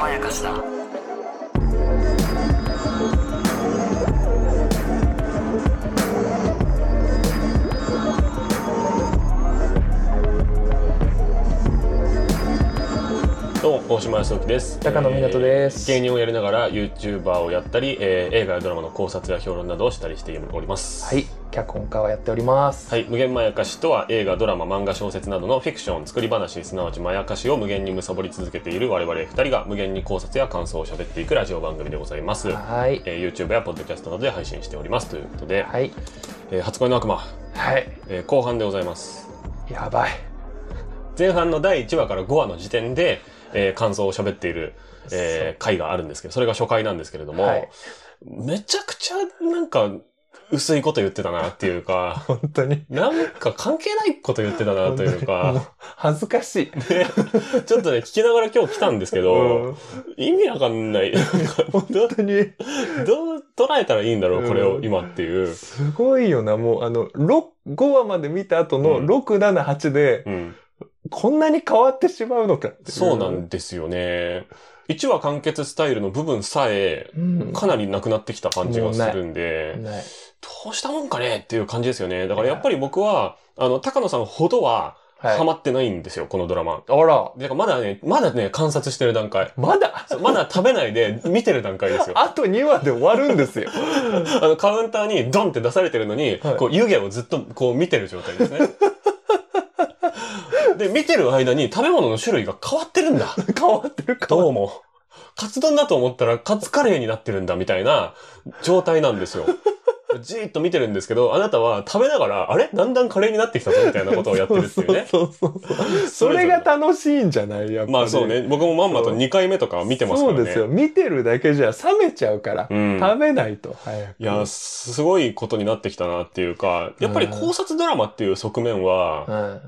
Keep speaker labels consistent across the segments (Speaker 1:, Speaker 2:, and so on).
Speaker 1: まやかしだ
Speaker 2: どうも大島康之です
Speaker 3: 高野湊です
Speaker 2: えー芸人をやりながら YouTuber をやったり、えー映画やドラマの考察や評論などをしたりしております
Speaker 3: はい、脚本家をやっております。
Speaker 2: はい、無限まやかしとは映画、ドラマ、漫画、小説などのフィクション、作り話、すなわちまやかしを無限に貪り続けている我々2人が無限に考察や感想を喋っていくラジオ番組でございます。
Speaker 3: はい、
Speaker 2: えー YouTube や Podcast などで配信しておりますということで、
Speaker 3: はい、
Speaker 2: えー初恋の悪魔、
Speaker 3: はい、
Speaker 2: えー後半でございます。
Speaker 3: やばい。
Speaker 2: 前半の第1話から5話の時点で、えー感想を喋っている、えー回があるんですけど、それが初回なんですけれども、
Speaker 3: はい
Speaker 2: めちゃくちゃなんか薄いこと言ってたなっていう か、
Speaker 3: 本当に。
Speaker 2: なんか関係ないこと言ってたなという
Speaker 3: もう
Speaker 2: か、
Speaker 3: 恥ずかしい。
Speaker 2: でちょっとね、聞きながら今日来たんですけど、
Speaker 3: うん
Speaker 2: 意味わかんない。 なんかど
Speaker 3: 本当に。
Speaker 2: どう捉えたらいいんだろう、これを
Speaker 3: うん
Speaker 2: 今っていう。
Speaker 3: すごいよな、もうあの、六5話まで見た後の
Speaker 2: うん
Speaker 3: 6、7、8で、
Speaker 2: うん、
Speaker 3: こんなに変わってしまうのかっていう。
Speaker 2: そうなんですよね。1話完結スタイルの部分さえ、
Speaker 3: うん。
Speaker 2: かなりなくなってきた感じがするんで、
Speaker 3: ない。
Speaker 2: どうしたもんかねっていう感じですよね。だからやっぱり僕は、あの、高野さんほどは、
Speaker 3: はい。
Speaker 2: ハマってないんですよ、このドラマ。
Speaker 3: あら、
Speaker 2: だからまだね、まだね、観察してる段階。
Speaker 3: まだ、
Speaker 2: そうまだ食べないで、見てる段階ですよ。
Speaker 3: あと2話で終わるんですよ。
Speaker 2: あの、カウンターにドンって出されてるのに、
Speaker 3: はい
Speaker 2: こう、湯気をずっとこう見てる状態ですね。 で、見てる間に食べ物の種類が変わってるんだ。
Speaker 3: 変わってる変わ。
Speaker 2: どうも。カツ丼だと思ったらカツカレーになってるんだみたいな状態なんですよ。 じーっと見てるんですけど、あなたは食べながら、あれだんだんカレーになってきたぞみたいなことをやってるっていうね
Speaker 3: そうそうそうそう。それが楽しいんじゃないやっぱり。
Speaker 2: まあそうね、僕もまんまと2回目とか見てますからね。
Speaker 3: そうですよ。見てるだけじゃ冷めちゃうから。
Speaker 2: うん。
Speaker 3: 食べないと。早く。
Speaker 2: いや、すごいことになってきたなっていうか、やっぱり考察ドラマっていう側面は
Speaker 3: う、ん。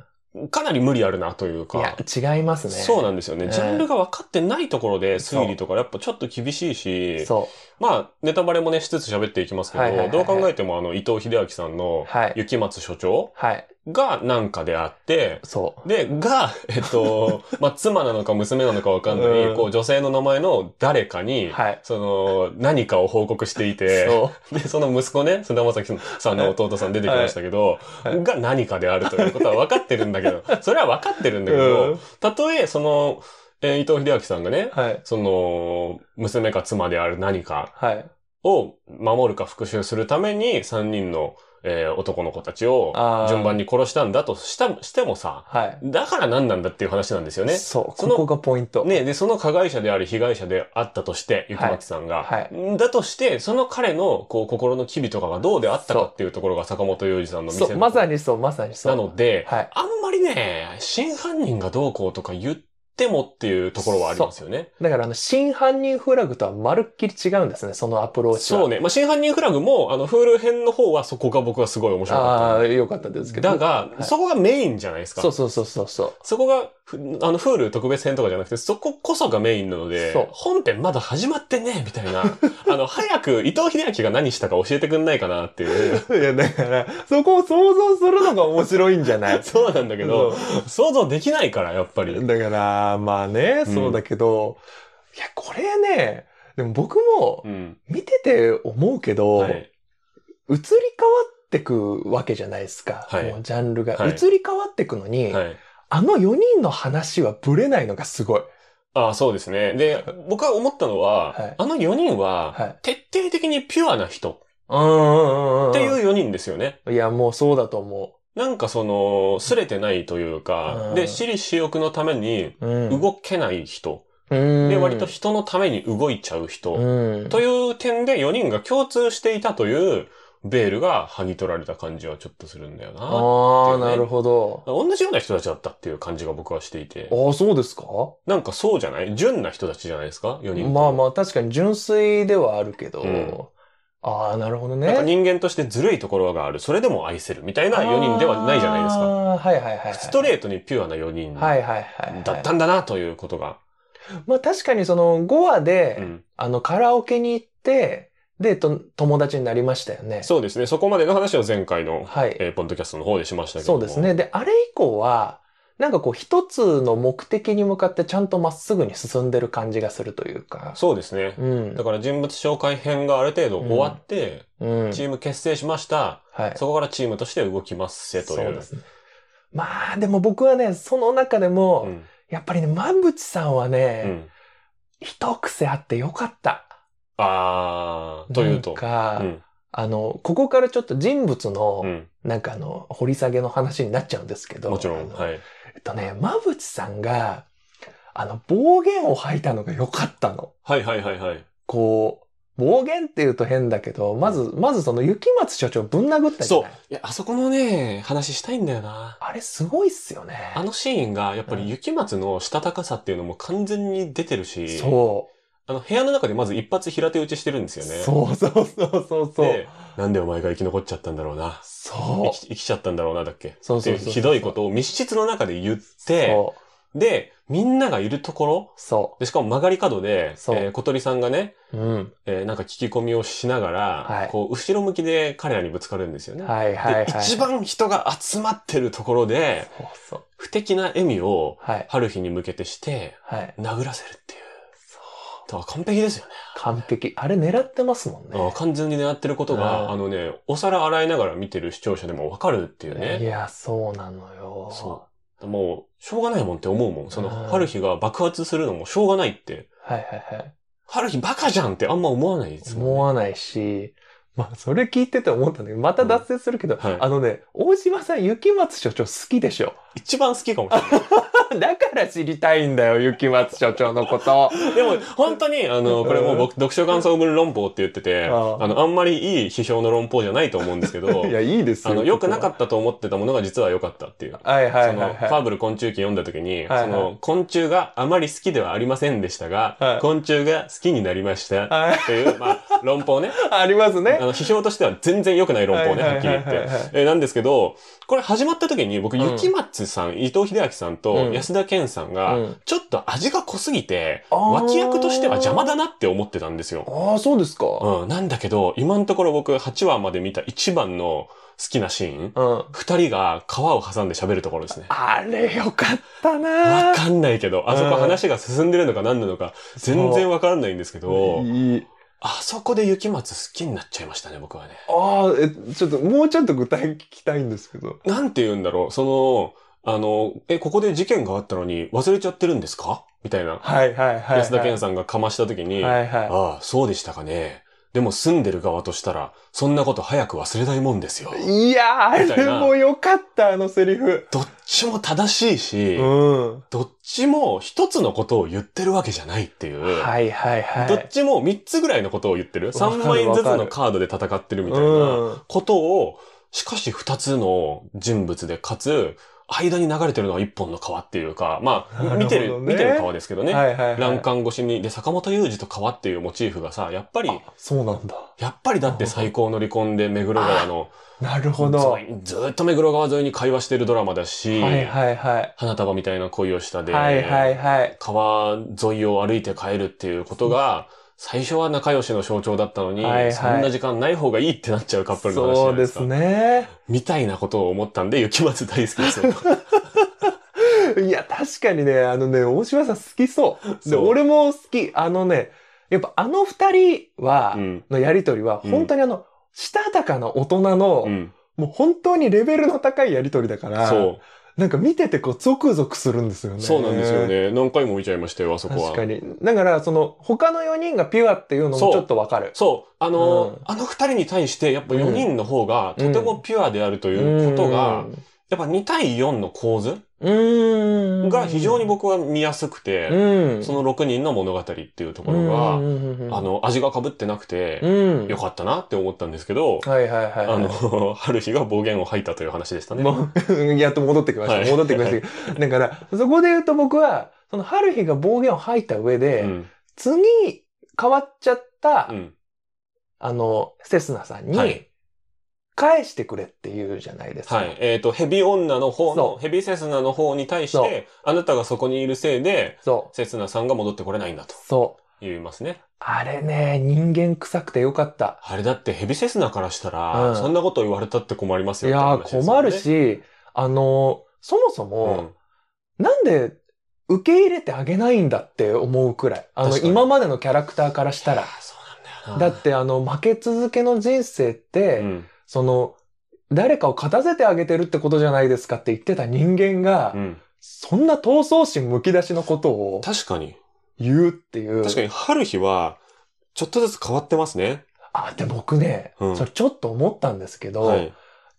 Speaker 2: かなり無理あるなという
Speaker 3: い
Speaker 2: か。
Speaker 3: や、違いますね。
Speaker 2: そうなんですよね。
Speaker 3: ね
Speaker 2: ジャンルが分かってないところで推理とかやっぱちょっと厳しいし、
Speaker 3: そ
Speaker 2: まあネタバレもねしつつ喋っていきますけ
Speaker 3: はいはいはい
Speaker 2: ど、
Speaker 3: は
Speaker 2: どう
Speaker 3: い
Speaker 2: 考えてもあの伊藤秀明さんの
Speaker 3: はい
Speaker 2: 雪松所長
Speaker 3: う。はい。
Speaker 2: がなんかであって、
Speaker 3: そ
Speaker 2: で、が、えっ と、まあ、妻なのか娘なのかわかんない、
Speaker 3: うん
Speaker 2: こう、女性の名前の誰かに、
Speaker 3: はい。
Speaker 2: その、何かを報告していうて、
Speaker 3: そ
Speaker 2: で、その息子ね、菅田将暉さんの弟さん出てきましたけど、
Speaker 3: はい
Speaker 2: が何かであるということは分かってるんだけ ど、それは分かってるんだ
Speaker 3: う。
Speaker 2: けど、
Speaker 3: うん
Speaker 2: たとえ、その、えー伊藤秀明さんがね、
Speaker 3: はい。
Speaker 2: その、娘か妻である何か
Speaker 3: はい。
Speaker 2: を守るか復讐するために、3人の、えー男の子たちを
Speaker 3: あー
Speaker 2: 順番に殺したんだとしたしてもさ、
Speaker 3: は
Speaker 2: だから何なんだっていう話なんですよ
Speaker 3: い。
Speaker 2: ね。
Speaker 3: そう。
Speaker 2: その
Speaker 3: ここがポイント。。
Speaker 2: ね、で、その加害者であり被害者であったとして、雪松さんが。
Speaker 3: はい
Speaker 2: だとして、その彼の、こう、心の機微とかがどうであったか
Speaker 3: そう
Speaker 2: っていうところが坂本雄二さんの見せ
Speaker 3: そ
Speaker 2: 所
Speaker 3: う。まさにそう、まさにそう。
Speaker 2: なので、
Speaker 3: はい
Speaker 2: あんまりね、真犯人がどうこうとか言ってもっていうところはありますよね。
Speaker 3: だから、あの、真犯人フラグとはまるっきり違うんですね、そのアプローチは。
Speaker 2: そうね。まあ、真犯人フラグも、あの、フール編の方はそこが僕はすごい面白
Speaker 3: あ
Speaker 2: かっ
Speaker 3: あ、よかったです
Speaker 2: た。
Speaker 3: けど。
Speaker 2: だが、
Speaker 3: い
Speaker 2: そこがメインじゃないですか。
Speaker 3: そうそうそうそうそう。
Speaker 2: そこが、ふあの、フール特別編とかじゃなくて、そここそがメインなので
Speaker 3: そう、
Speaker 2: 本編まだ始まってね、みたい な。あの、早く伊藤秀明が何したか教えてくんないかなっていう。
Speaker 3: いや、だから、そこを想像するのが面白いんじゃない
Speaker 2: そうなんだけど、想像できないから、やっぱり。
Speaker 3: だから、まあね、
Speaker 2: うん
Speaker 3: そうだけど、いや、これね、でも僕も
Speaker 2: うん。
Speaker 3: 見てて思うけど、
Speaker 2: はい。
Speaker 3: 移り変わってくわけじゃないですか。
Speaker 2: はい
Speaker 3: もうジャンルが。
Speaker 2: はい
Speaker 3: 移り変わってくのに、
Speaker 2: はい。
Speaker 3: あの4人の話はブレないのがすごい。
Speaker 2: ああ、そうですね。で、僕は思ったのは、
Speaker 3: はい
Speaker 2: あの4人は、
Speaker 3: はい
Speaker 2: 徹底的にピュアな人
Speaker 3: うんうんうんうん。
Speaker 2: っていう4人ですよね。
Speaker 3: う。いや、もうそうだと思
Speaker 2: なんかその、すれてないというか、
Speaker 3: うん
Speaker 2: で、私利私欲のために
Speaker 3: う。うん。
Speaker 2: 動けない人、
Speaker 3: うん。
Speaker 2: で、割と人のために動いちゃう人、
Speaker 3: うん。
Speaker 2: という点で4人が共通していたというベールが剥ぎ取られた感じはちょっとするんだよな。
Speaker 3: ああ、
Speaker 2: っていうね
Speaker 3: なるほど。
Speaker 2: 同じような人たちだったっていう感じが僕はしていて、
Speaker 3: ああ、そうですか
Speaker 2: なんかそうじゃない純な人たちじゃないですか ?4 人とも。
Speaker 3: まあまあ、確かに純粋ではあるけど。
Speaker 2: うん
Speaker 3: ああ、なるほどね。
Speaker 2: なんか人間としてずるいところがある。それでも愛せる。みたいな4人ではないじゃないですか。
Speaker 3: あー。はいはいはいはい。
Speaker 2: ストレートにピュアな4人
Speaker 3: は
Speaker 2: だ
Speaker 3: いはいはいはい。
Speaker 2: ったんだなということが。
Speaker 3: まあ確かにその5話で、
Speaker 2: うん
Speaker 3: あのカラオケに行って、で、と友達になりましたよね。
Speaker 2: そうですね。そこまでの話を前回の、
Speaker 3: はい。
Speaker 2: えーポッドキャストの方でしましたけど
Speaker 3: そ
Speaker 2: も
Speaker 3: うですね。。で、あれ以降は、なんかこう一つの目的に向かってちゃんとまっすぐに進んでる感じがするというか。
Speaker 2: そうですね。
Speaker 3: うん
Speaker 2: だ。から人物紹介編がある程度終わって、
Speaker 3: うん。
Speaker 2: チーム結成しました。
Speaker 3: はい。
Speaker 2: そこからチームとして動きますせという。
Speaker 3: そうですね。まあでも僕はね、その中でも、
Speaker 2: うん。
Speaker 3: やっぱりね、万淵さんはね、
Speaker 2: うん。
Speaker 3: 一癖あってよかった。
Speaker 2: あー、というと。
Speaker 3: なんか、
Speaker 2: うん。
Speaker 3: あの、ここからちょっと人物の、
Speaker 2: うん。
Speaker 3: なんかあの、掘り下げの話になっちゃうんですけど。
Speaker 2: もちろ
Speaker 3: あ
Speaker 2: ん。
Speaker 3: の
Speaker 2: はい。
Speaker 3: えっとね、馬淵さんが、あの、暴言を吐いたのが良かったの。
Speaker 2: はいはいはいはい。
Speaker 3: こう、暴言って言うと変だけど、まず、まずその雪松所長ぶん殴ったじゃ
Speaker 2: そう
Speaker 3: ない。
Speaker 2: いや、あそこのね、話したいんだよな。
Speaker 3: あれすごいっすよね。
Speaker 2: あのシーンが、やっぱ
Speaker 3: うん
Speaker 2: り雪松のしたたかさっていうのも完全に出てるし、
Speaker 3: そ
Speaker 2: あの、部屋の中でまず一発平手打ちしてるんです
Speaker 3: う。
Speaker 2: よね。
Speaker 3: そうそうそうそうそう
Speaker 2: で。なんでお前が生き残っちゃったんだろうな。
Speaker 3: そ
Speaker 2: 生
Speaker 3: う。
Speaker 2: き生きちゃったんだろうな、だっけ。
Speaker 3: そう
Speaker 2: って
Speaker 3: そ
Speaker 2: いうう
Speaker 3: そう。
Speaker 2: ひどいことを密室の中で言って、
Speaker 3: そう。
Speaker 2: で、みんながいるところ、
Speaker 3: そ
Speaker 2: で、しかも曲がり角で、
Speaker 3: そう
Speaker 2: えー小鳥さんがね、
Speaker 3: う。うん。
Speaker 2: えーなんか聞き込みをしながら、
Speaker 3: はい
Speaker 2: こう、後ろ向きで彼らにぶつかるんですよね。
Speaker 3: はいはいはい。
Speaker 2: で、一番人が集まってるところで、
Speaker 3: そうそう。
Speaker 2: 不敵な笑みを、
Speaker 3: はい。
Speaker 2: 春日に向けてして、
Speaker 3: はい。
Speaker 2: 殴らせるっていう。だから完璧ですよね。
Speaker 3: 完璧。あれ狙ってますもん
Speaker 2: あー完全に狙ってること
Speaker 3: うん
Speaker 2: が、あのね、お皿洗いながら見てる視聴者でもわかるっていう
Speaker 3: ね。い
Speaker 2: ね。
Speaker 3: や、そうなのよ。
Speaker 2: そもう、しょうがないもんって思うもん。その、
Speaker 3: うん
Speaker 2: 春日が爆発するのもしょうがないって。
Speaker 3: はいはいはい。
Speaker 2: 春日バカじゃんってあんま思わないです
Speaker 3: 思
Speaker 2: もんね。
Speaker 3: わないし、まあ、それ聞いてて思ったんだけど、また脱線するけど、
Speaker 2: うんはい
Speaker 3: あのね、大島さん、雪松所長好きでしょ。
Speaker 2: 一番好きかもしれない。
Speaker 3: だから知りたいんだよ、雪松所長のこと。
Speaker 2: でも、本当に、あの、これもう僕、読書感想文論法って言ってて、
Speaker 3: ああ
Speaker 2: あの、あんまりいい批評の論法じゃないと思うんですけど、
Speaker 3: いや、いいですよ。
Speaker 2: あの、良くなか
Speaker 3: っ
Speaker 2: ったと思ってたものが実は良かったっていう。
Speaker 3: た。はいはいはい、
Speaker 2: その、ファ
Speaker 3: は
Speaker 2: ーブル昆虫記読んだ時に、
Speaker 3: はい
Speaker 2: その、昆虫があまり好きではありませんでしたが、
Speaker 3: はい
Speaker 2: 昆虫が好きになりました。
Speaker 3: い。はい、
Speaker 2: っていう、まあ、論法 ね。
Speaker 3: ありますね
Speaker 2: あ。の、批評としては全然良くない論法ね、はっきり言っ
Speaker 3: はいは
Speaker 2: て。
Speaker 3: いはいはい
Speaker 2: えーなんですけど、これ始まった時に僕、
Speaker 3: うん
Speaker 2: 雪松さん、伊藤秀明さん
Speaker 3: う
Speaker 2: と
Speaker 3: ん
Speaker 2: 安田健さんが、
Speaker 3: うん
Speaker 2: ちょっと味が濃すぎて、
Speaker 3: あー
Speaker 2: 脇役としては邪魔だなって思ってたんですよ。
Speaker 3: ああ、そうですか。
Speaker 2: うん、なんだけど、今のところ僕8話まで見た一番の好きなシーン、
Speaker 3: うん。
Speaker 2: 二人が皮を挟んで喋るところですね。
Speaker 3: あれ、よかったな
Speaker 2: わかんないけど、あそこ話が進んでるのか何なのか、全然わからないんですけど、
Speaker 3: いい。
Speaker 2: あそこで雪松好きになっちゃいましたね、僕はね。
Speaker 3: ああ、え、ちょっと、もうちょっと具体聞きたいんですけど。
Speaker 2: なんて言うんだろう、その、あの、え、ここで事件があったのに忘れちゃってるんですかみたいな。
Speaker 3: はいはいはい。
Speaker 2: 安田健さんがかました時に、
Speaker 3: はいはい。
Speaker 2: ああ、そうでしたかね。でも住んでる側としたら、そんなこと早く忘れないもんですよ。
Speaker 3: いやー、
Speaker 2: み
Speaker 3: あ
Speaker 2: たいな
Speaker 3: れもよかった、あのセリフ。
Speaker 2: どっちも正しいし、
Speaker 3: うん。
Speaker 2: どっちも一つのことを言ってるわけじゃないっていう。
Speaker 3: はいはいはい。
Speaker 2: どっちも三つぐらいのことを言ってる。
Speaker 3: か
Speaker 2: 三
Speaker 3: る
Speaker 2: 枚ずつ
Speaker 3: わか
Speaker 2: の
Speaker 3: る
Speaker 2: カードで戦ってるみたいな
Speaker 3: うん。
Speaker 2: ことを、しかし二つの人物で、かつ、間に流れてるのは一本の川っていうか、ま
Speaker 3: なる
Speaker 2: あ、
Speaker 3: ほどね
Speaker 2: 見てる、見てる川ですけどね。
Speaker 3: はいはいはい。
Speaker 2: 欄干越しに、で、坂本雄二と川っていうモチーフがさ、やっぱり、
Speaker 3: あ。そうなんだ。
Speaker 2: やっぱりだって最高乗り込んで目黒川の、
Speaker 3: なるほど。は
Speaker 2: 沿いずーっと目黒川沿いに会話してるドラマだし、
Speaker 3: いはいはい。
Speaker 2: 花束みたいな恋をしたで、
Speaker 3: はいはいはい。
Speaker 2: 川沿いを歩いて帰るっていうことが、最初は仲良しの象徴だったのに、
Speaker 3: はいはい
Speaker 2: そんな時間ない方がいいってなっちゃうカップルの話じゃ
Speaker 3: そ
Speaker 2: な
Speaker 3: う
Speaker 2: いで
Speaker 3: です
Speaker 2: か。
Speaker 3: すね。
Speaker 2: みたいなことを思ったんで、雪松大好きですよ。
Speaker 3: いや、確かにね、 あのね、大島さん好きそう。で、
Speaker 2: そう
Speaker 3: 俺も好き。あのね、やっぱあの二人は
Speaker 2: う、ん。
Speaker 3: のやりとりは、
Speaker 2: うん
Speaker 3: 本当にあの、したたかな大人の、
Speaker 2: うん。
Speaker 3: もう本当にレベルの高いやりとりだから、
Speaker 2: そ
Speaker 3: なんか見ててこう、ゾクゾクするんですよ
Speaker 2: う。
Speaker 3: ね。
Speaker 2: そうなんですよ。ね。何回も見ちゃいましたよ、あそこは。
Speaker 3: 確かに。だから、その、他の4人がピュアっていうのも
Speaker 2: そう
Speaker 3: ちょっとわかる。
Speaker 2: そう。あの、
Speaker 3: うん
Speaker 2: あの二人に対して、やっぱ4人の方が、
Speaker 3: うん
Speaker 2: とてもピュアであるということが、やっぱ2対4の構図
Speaker 3: うん、うん。
Speaker 2: が非常に僕は見やすくて、
Speaker 3: うん、
Speaker 2: その6人の物語っていうところが、あの、味が被ってなくて、
Speaker 3: うん、
Speaker 2: よかったなって思ったんですけど、
Speaker 3: はいはいはい。
Speaker 2: あの、 春日が暴言を吐いたという話でしたね。
Speaker 3: もう、やっと戻ってきました。
Speaker 2: はい
Speaker 3: 戻ってきました。だから、そこで言うと僕は、その、春日が暴言を吐いた上で、
Speaker 2: うん。
Speaker 3: 次、変わっちゃった、
Speaker 2: うん。
Speaker 3: あの、セスナさんに、
Speaker 2: はい
Speaker 3: 返してくれって言うじゃないですか。
Speaker 2: はい。えっ、と、ヘビ女の方
Speaker 3: そ
Speaker 2: の、ヘビセスナの方に対し
Speaker 3: そう
Speaker 2: て、あなたがそこにいるせいで、
Speaker 3: そう。
Speaker 2: セスナさんが戻ってこれないんだと
Speaker 3: そう。
Speaker 2: 言いますね。
Speaker 3: あれね、人間臭くてよかった。
Speaker 2: あれだってヘビセスナからした
Speaker 3: う
Speaker 2: ら、
Speaker 3: ん
Speaker 2: そんなこと言われたって困ります
Speaker 3: い
Speaker 2: よって
Speaker 3: や
Speaker 2: 話
Speaker 3: ー、
Speaker 2: ですよね。
Speaker 3: 困るし、あの、そもそ
Speaker 2: うん、
Speaker 3: も、なんで受け入れてあげないんだって思うくらい。あの、
Speaker 2: 確かに
Speaker 3: 今までのキャラクターからしたら。
Speaker 2: そうなんだ
Speaker 3: だ
Speaker 2: よな。
Speaker 3: ってあの、負け続けの人生って、
Speaker 2: うん。
Speaker 3: その、誰かを勝たせてあげてるってことじゃないですかって言ってた人間が、
Speaker 2: うん。
Speaker 3: そんな闘争心むき出しのことを
Speaker 2: 確かに。
Speaker 3: 言うっていう。
Speaker 2: 確かに、春日は、ちょっとずつ変わってますね。
Speaker 3: あ、で、僕ね、
Speaker 2: うん
Speaker 3: それちょっと思ったんですけど、
Speaker 2: はい。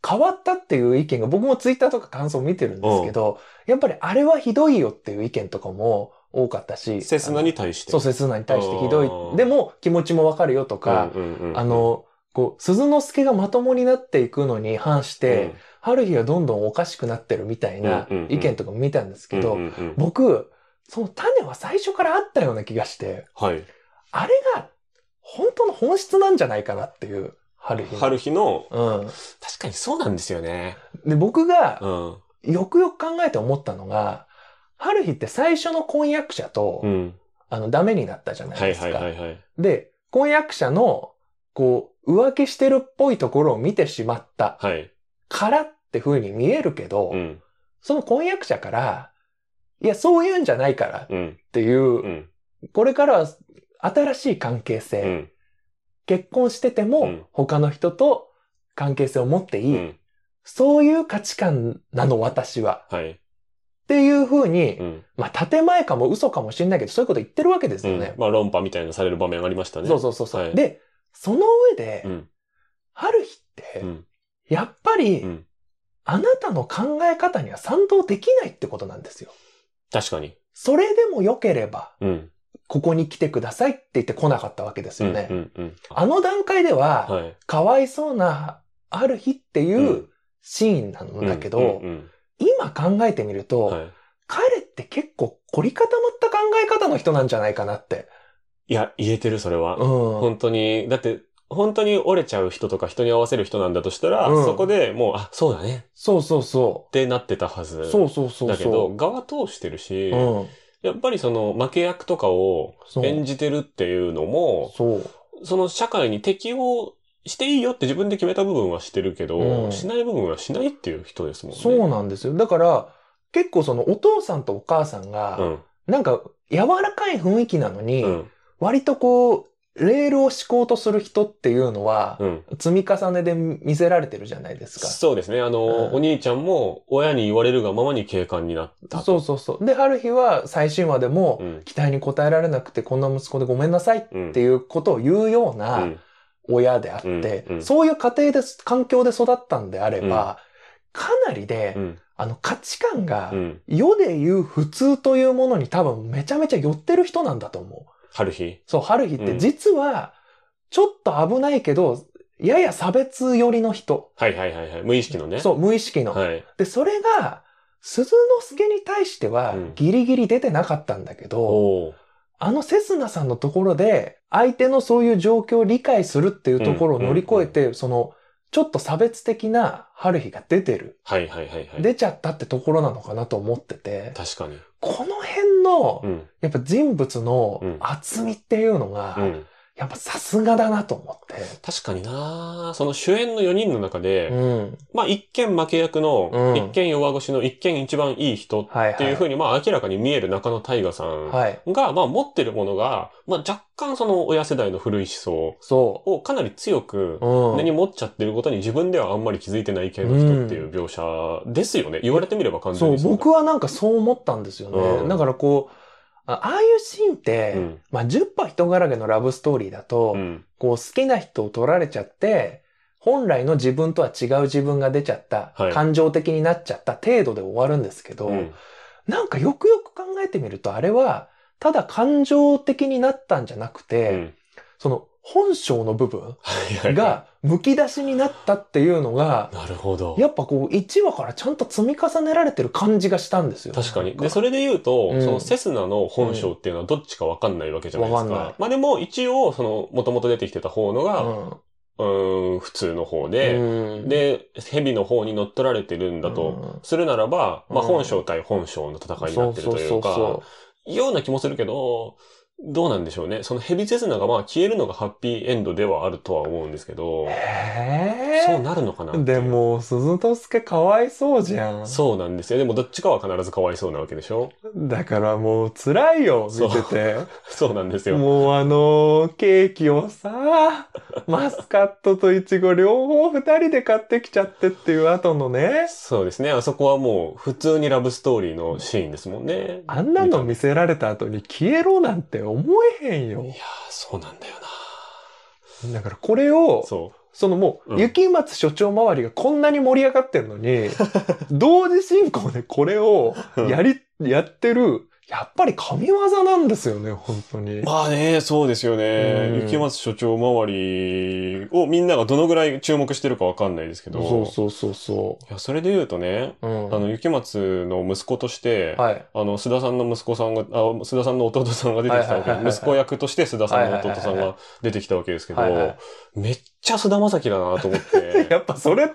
Speaker 3: 変わったっていう意見が、僕もツイッターとか感想見てるんですけど、やっぱりあれはひどいよっていう意見とかも多かったし。
Speaker 2: セスナに対して。
Speaker 3: そう、セスナに対してひど
Speaker 2: あー
Speaker 3: い。でも、気持ちもわかるよとか、
Speaker 2: うんうんうん
Speaker 3: あ、の、こう、鈴之助がまともになっていくのに反して、春日がどんどんおかしくなってるみたいな
Speaker 2: うんうんうん
Speaker 3: 意見とかも見たんです
Speaker 2: う
Speaker 3: け
Speaker 2: ん、
Speaker 3: ど、
Speaker 2: うんうんうん
Speaker 3: 僕、その種は最初からあったような気がして、
Speaker 2: はい。
Speaker 3: あれが本当の本質なんじゃないかなっていう、春日の。
Speaker 2: 春日の、
Speaker 3: うん。
Speaker 2: 確かにそうなんですよね。
Speaker 3: で、僕が
Speaker 2: うん。
Speaker 3: よくよく考えて思ったのが、春日って最初の婚約者と、
Speaker 2: うん。
Speaker 3: あの、ダメになったじゃない
Speaker 2: はい
Speaker 3: ですか。
Speaker 2: はいはいはい。
Speaker 3: で、婚約者の、こう、浮気してるっぽいところを見てしまった
Speaker 2: はい。
Speaker 3: からって風に見えるけど、
Speaker 2: うん。
Speaker 3: その婚約者から、いや、そういうんじゃないからっ
Speaker 2: うん。
Speaker 3: ていう、
Speaker 2: うん。
Speaker 3: これからは新しい関係性、
Speaker 2: うん。
Speaker 3: 結婚してても、
Speaker 2: うん
Speaker 3: 他の人と関係性を持っていい、
Speaker 2: うん。
Speaker 3: そういう価値観なの私は、
Speaker 2: はい。
Speaker 3: っていう風に、
Speaker 2: うん。
Speaker 3: まあ、建前かも嘘かもしれないけど、そういうこと言ってるわけです
Speaker 2: う
Speaker 3: よ
Speaker 2: ん
Speaker 3: ね。
Speaker 2: まあ、論破みたいなのされる場面ありましたね。
Speaker 3: そうそうそうそう、
Speaker 2: はい
Speaker 3: で、その上で、
Speaker 2: うん。
Speaker 3: 春日って、
Speaker 2: うん。
Speaker 3: やっぱり、
Speaker 2: うん
Speaker 3: あなたの考え方には賛同できないってことなんですよ。
Speaker 2: 確かに。
Speaker 3: それでも良ければ、
Speaker 2: うん。
Speaker 3: ここに来てくださいって言って来なかったわけですよね。
Speaker 2: うん。うん。
Speaker 3: あの段階では、
Speaker 2: はい。
Speaker 3: かわいそうなある日っていううんシーンなのだけど、
Speaker 2: うんうん
Speaker 3: 今考えてみると、
Speaker 2: うんはい。
Speaker 3: 彼って結構凝り固まった考え方の人なんじゃないかなって。
Speaker 2: いや、言えてる、それ
Speaker 3: う
Speaker 2: は。
Speaker 3: ん。
Speaker 2: 本当に、だって、本当に折れちゃう人とか人に合わせる人なんだとしたら、
Speaker 3: うん
Speaker 2: そこでもう、あ、そうだね
Speaker 3: そうそうそ
Speaker 2: ってなってたはず。
Speaker 3: う。そうそうそうそう。
Speaker 2: だけど、側通してるし、
Speaker 3: うん。
Speaker 2: やっぱりその負け役とかを
Speaker 3: そう。
Speaker 2: 演じてるっていうのも、
Speaker 3: そう。
Speaker 2: その社会に適応していいよって自分で決めた部分はしてるけど、
Speaker 3: うん
Speaker 2: しない部分はしないっていう人ですもんね。
Speaker 3: そうなんですよ。だから、結構そのお父さんとお母さんが、
Speaker 2: うん。
Speaker 3: なんか柔らかい雰囲気なのに、
Speaker 2: うん。
Speaker 3: 割とこう、レールを敷こうとする人っていうのは、
Speaker 2: うん。
Speaker 3: 積み重ねで見せられてるじゃないですか。
Speaker 2: そうですね。あの、
Speaker 3: うん
Speaker 2: お兄ちゃんも親に言われるがままに警官になったと。
Speaker 3: そうそうそう。で、ある日は最新話でも、
Speaker 2: うん。
Speaker 3: 期待に応えられなくてこんな息子でごめんなさいっ
Speaker 2: うん。
Speaker 3: ていうことを言うよう
Speaker 2: う
Speaker 3: なん親であっ
Speaker 2: うんう
Speaker 3: て、
Speaker 2: ん
Speaker 3: そういう家庭で、環境で育ったんであれば、かなり
Speaker 2: う
Speaker 3: で、
Speaker 2: ん。
Speaker 3: あの価値観が
Speaker 2: う、ん。
Speaker 3: 世で言う普通というものに多分めちゃめちゃ寄ってる人なんだと思う。
Speaker 2: 春日。
Speaker 3: そう、春日っ
Speaker 2: う
Speaker 3: て
Speaker 2: ん
Speaker 3: 実は、ちょっと危ないけど、やや差別寄りの人。
Speaker 2: はいはいはいはい。無意識のね。
Speaker 3: そう、無意識の。
Speaker 2: はい。
Speaker 3: で、それが、鈴之助に対しては
Speaker 2: うん
Speaker 3: ギリギリ出てなかったんだけど、
Speaker 2: おー
Speaker 3: あのセスナさんのところで、相手のそういう状況を理解するっていうところを乗り越えて、その、ちょっと差別的な春日が出てる。
Speaker 2: はいはいはいはい。
Speaker 3: 出ちゃったってところなのかなと思ってて、
Speaker 2: 確かに。
Speaker 3: この辺の
Speaker 2: う、ん。
Speaker 3: やっぱ人物
Speaker 2: う
Speaker 3: の
Speaker 2: ん
Speaker 3: 厚みっていうのが
Speaker 2: う、ん。
Speaker 3: やっぱさすがだなと思って。
Speaker 2: 確かになその主演の4人の中で、
Speaker 3: うん。
Speaker 2: まあ一見負け役の、
Speaker 3: うん
Speaker 2: 一見弱腰の一見一番いい人っ
Speaker 3: はいはい。
Speaker 2: ていうふうに、まあ明らかに見える中野大河さんが、
Speaker 3: はい。
Speaker 2: まあ持ってるものが、まあ若干その親世代の古い思
Speaker 3: そ
Speaker 2: 想をかなり強く
Speaker 3: う。、うん。
Speaker 2: 根に持っちゃってることに自分ではあんまり気づいてない系の人っていう描写ですよね。言われてみれば完全
Speaker 3: そう、
Speaker 2: にだ
Speaker 3: 僕はなんかそう思ったんですよね。
Speaker 2: うん
Speaker 3: だからこう、あああいうシーンって、
Speaker 2: うん。
Speaker 3: まあ、10羽人柄げのラブストーリーだと、
Speaker 2: うん。
Speaker 3: こう好きな人を取られちゃって、本来の自分とは違う自分が出ちゃった、
Speaker 2: はい
Speaker 3: 感情的になっちゃった程度で終わるんですけど、
Speaker 2: うん
Speaker 3: なんかよくよく考えてみると、あれは、ただ感情的になったんじゃなくて、
Speaker 2: うん
Speaker 3: その本性の部分
Speaker 2: はいはいは
Speaker 3: がむき出しになったっていうのが
Speaker 2: い、なるほど。
Speaker 3: やっぱこう1話からちゃんと積み重ねられてる感じがしたんですよ。
Speaker 2: 確かに。
Speaker 3: なん
Speaker 2: で、それで言うと、
Speaker 3: うん
Speaker 2: そのセスナの本性っていうのはどっちかわかんないわけじゃないですか。
Speaker 3: わかんない
Speaker 2: まあでも、一応、その、もともと出てきてた方のが、うーん、普通の方で、
Speaker 3: うん、
Speaker 2: で、蛇の方に乗っ取られてるんだと、するならば、まあ
Speaker 3: うん
Speaker 2: 本性対本性の戦いになってるという
Speaker 3: そそそ
Speaker 2: か、ような気もするけど、どうなんでしょうね。そのヘビセスナがまあ消えるのがハッピーエンドではあるとは思うんですけど、
Speaker 3: へ
Speaker 2: そう
Speaker 3: え。
Speaker 2: なるのかな
Speaker 3: でも、鈴之助かわいそうじゃん。
Speaker 2: そうなんですよ。でもどっちかは必ずかわいそうなわけでし ょ
Speaker 3: だからもう辛いよ、見てて。
Speaker 2: そうなんですよ。
Speaker 3: もうあのーケーキ をさ、マスカットとイチゴ両方二人で買ってきちゃってっていう後のね、
Speaker 2: そうですね。あそこはもう普通にラブストーリーのシーンですもんね。
Speaker 3: あんなの見せられた後に消えろなんて思えへん
Speaker 2: いやー
Speaker 3: よ。、
Speaker 2: そうなんだよ
Speaker 3: だからこれを
Speaker 2: な。、そ
Speaker 3: そのも
Speaker 2: う
Speaker 3: う、
Speaker 2: ん
Speaker 3: 雪松所長周りがこんなに盛り上がってる のに、同時進行でこれを
Speaker 2: うん
Speaker 3: やり、やってる、やっぱり神業なんですよね、本当に
Speaker 2: う。。まあね、そうですよ
Speaker 3: う
Speaker 2: ね。
Speaker 3: ん
Speaker 2: 雪松所長周りをみんながどのぐらい注目してるかわかんないですけど。
Speaker 3: そうそうそうそ
Speaker 2: いや、それで言うとね、
Speaker 3: う。うん。
Speaker 2: あの、雪松の息子として、
Speaker 3: はい。
Speaker 2: あの、須田さんの息子さんが、あ、須田さんの弟さんが出てきたわ
Speaker 3: はいはいはい
Speaker 2: け
Speaker 3: は
Speaker 2: で、
Speaker 3: い
Speaker 2: 息子役として須田さんの弟さん
Speaker 3: はいはいはいは
Speaker 2: が出てきたわけですけ
Speaker 3: はいは
Speaker 2: ど
Speaker 3: い、
Speaker 2: めっちゃ須田将暉だなと思って。
Speaker 3: やっぱそれ、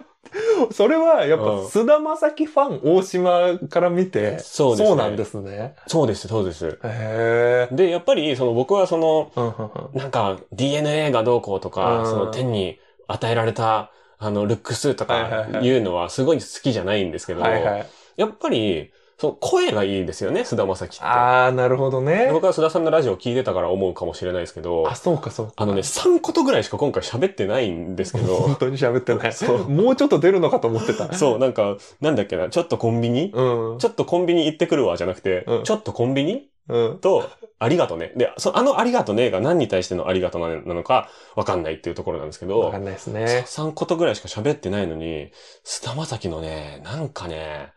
Speaker 3: それはやっぱ
Speaker 2: うん
Speaker 3: 須田まさきファン大島から見て、
Speaker 2: そうですね
Speaker 3: なんですね。
Speaker 2: そうです、そうです。
Speaker 3: へえ。
Speaker 2: で、やっぱり、その僕はその、
Speaker 3: うんうんうん
Speaker 2: なんか DNA がどうこうと
Speaker 3: う
Speaker 2: か、
Speaker 3: ん
Speaker 2: その天に与えられた、あの、ルックスと
Speaker 3: はいはい
Speaker 2: か
Speaker 3: はい
Speaker 2: いうのはすごい好きじゃないんですけど、
Speaker 3: はい
Speaker 2: や
Speaker 3: はい。
Speaker 2: っぱり、その声がいいですよね、須田将暉って。
Speaker 3: あー、なるほどね。
Speaker 2: 僕は須田さんのラジオ聞いてたから思うかもしれないですけど
Speaker 3: あ、、そうかそうか。
Speaker 2: あのね、3ことぐらいしか今回喋ってないんですけ
Speaker 3: 本
Speaker 2: ど、
Speaker 3: 当に喋ってない。
Speaker 2: そう
Speaker 3: もうちょっと出るのかと思ってた。
Speaker 2: そう、なんか、なんだっけな、ちょっとコンビニ
Speaker 3: うん。
Speaker 2: ちょっとコンビニ行ってくるわ、じゃなくて、
Speaker 3: うん
Speaker 2: ちょっとコンビニ
Speaker 3: うん。
Speaker 2: と、ありがとね。で、そあのありがとねが何に対してのありがとななのか、わかんないっていうところなんですけ
Speaker 3: わ
Speaker 2: ど
Speaker 3: か、んないです
Speaker 2: そ
Speaker 3: ね。
Speaker 2: 3ことぐらいしか喋ってないのに、菅田将暉のね、なんかね、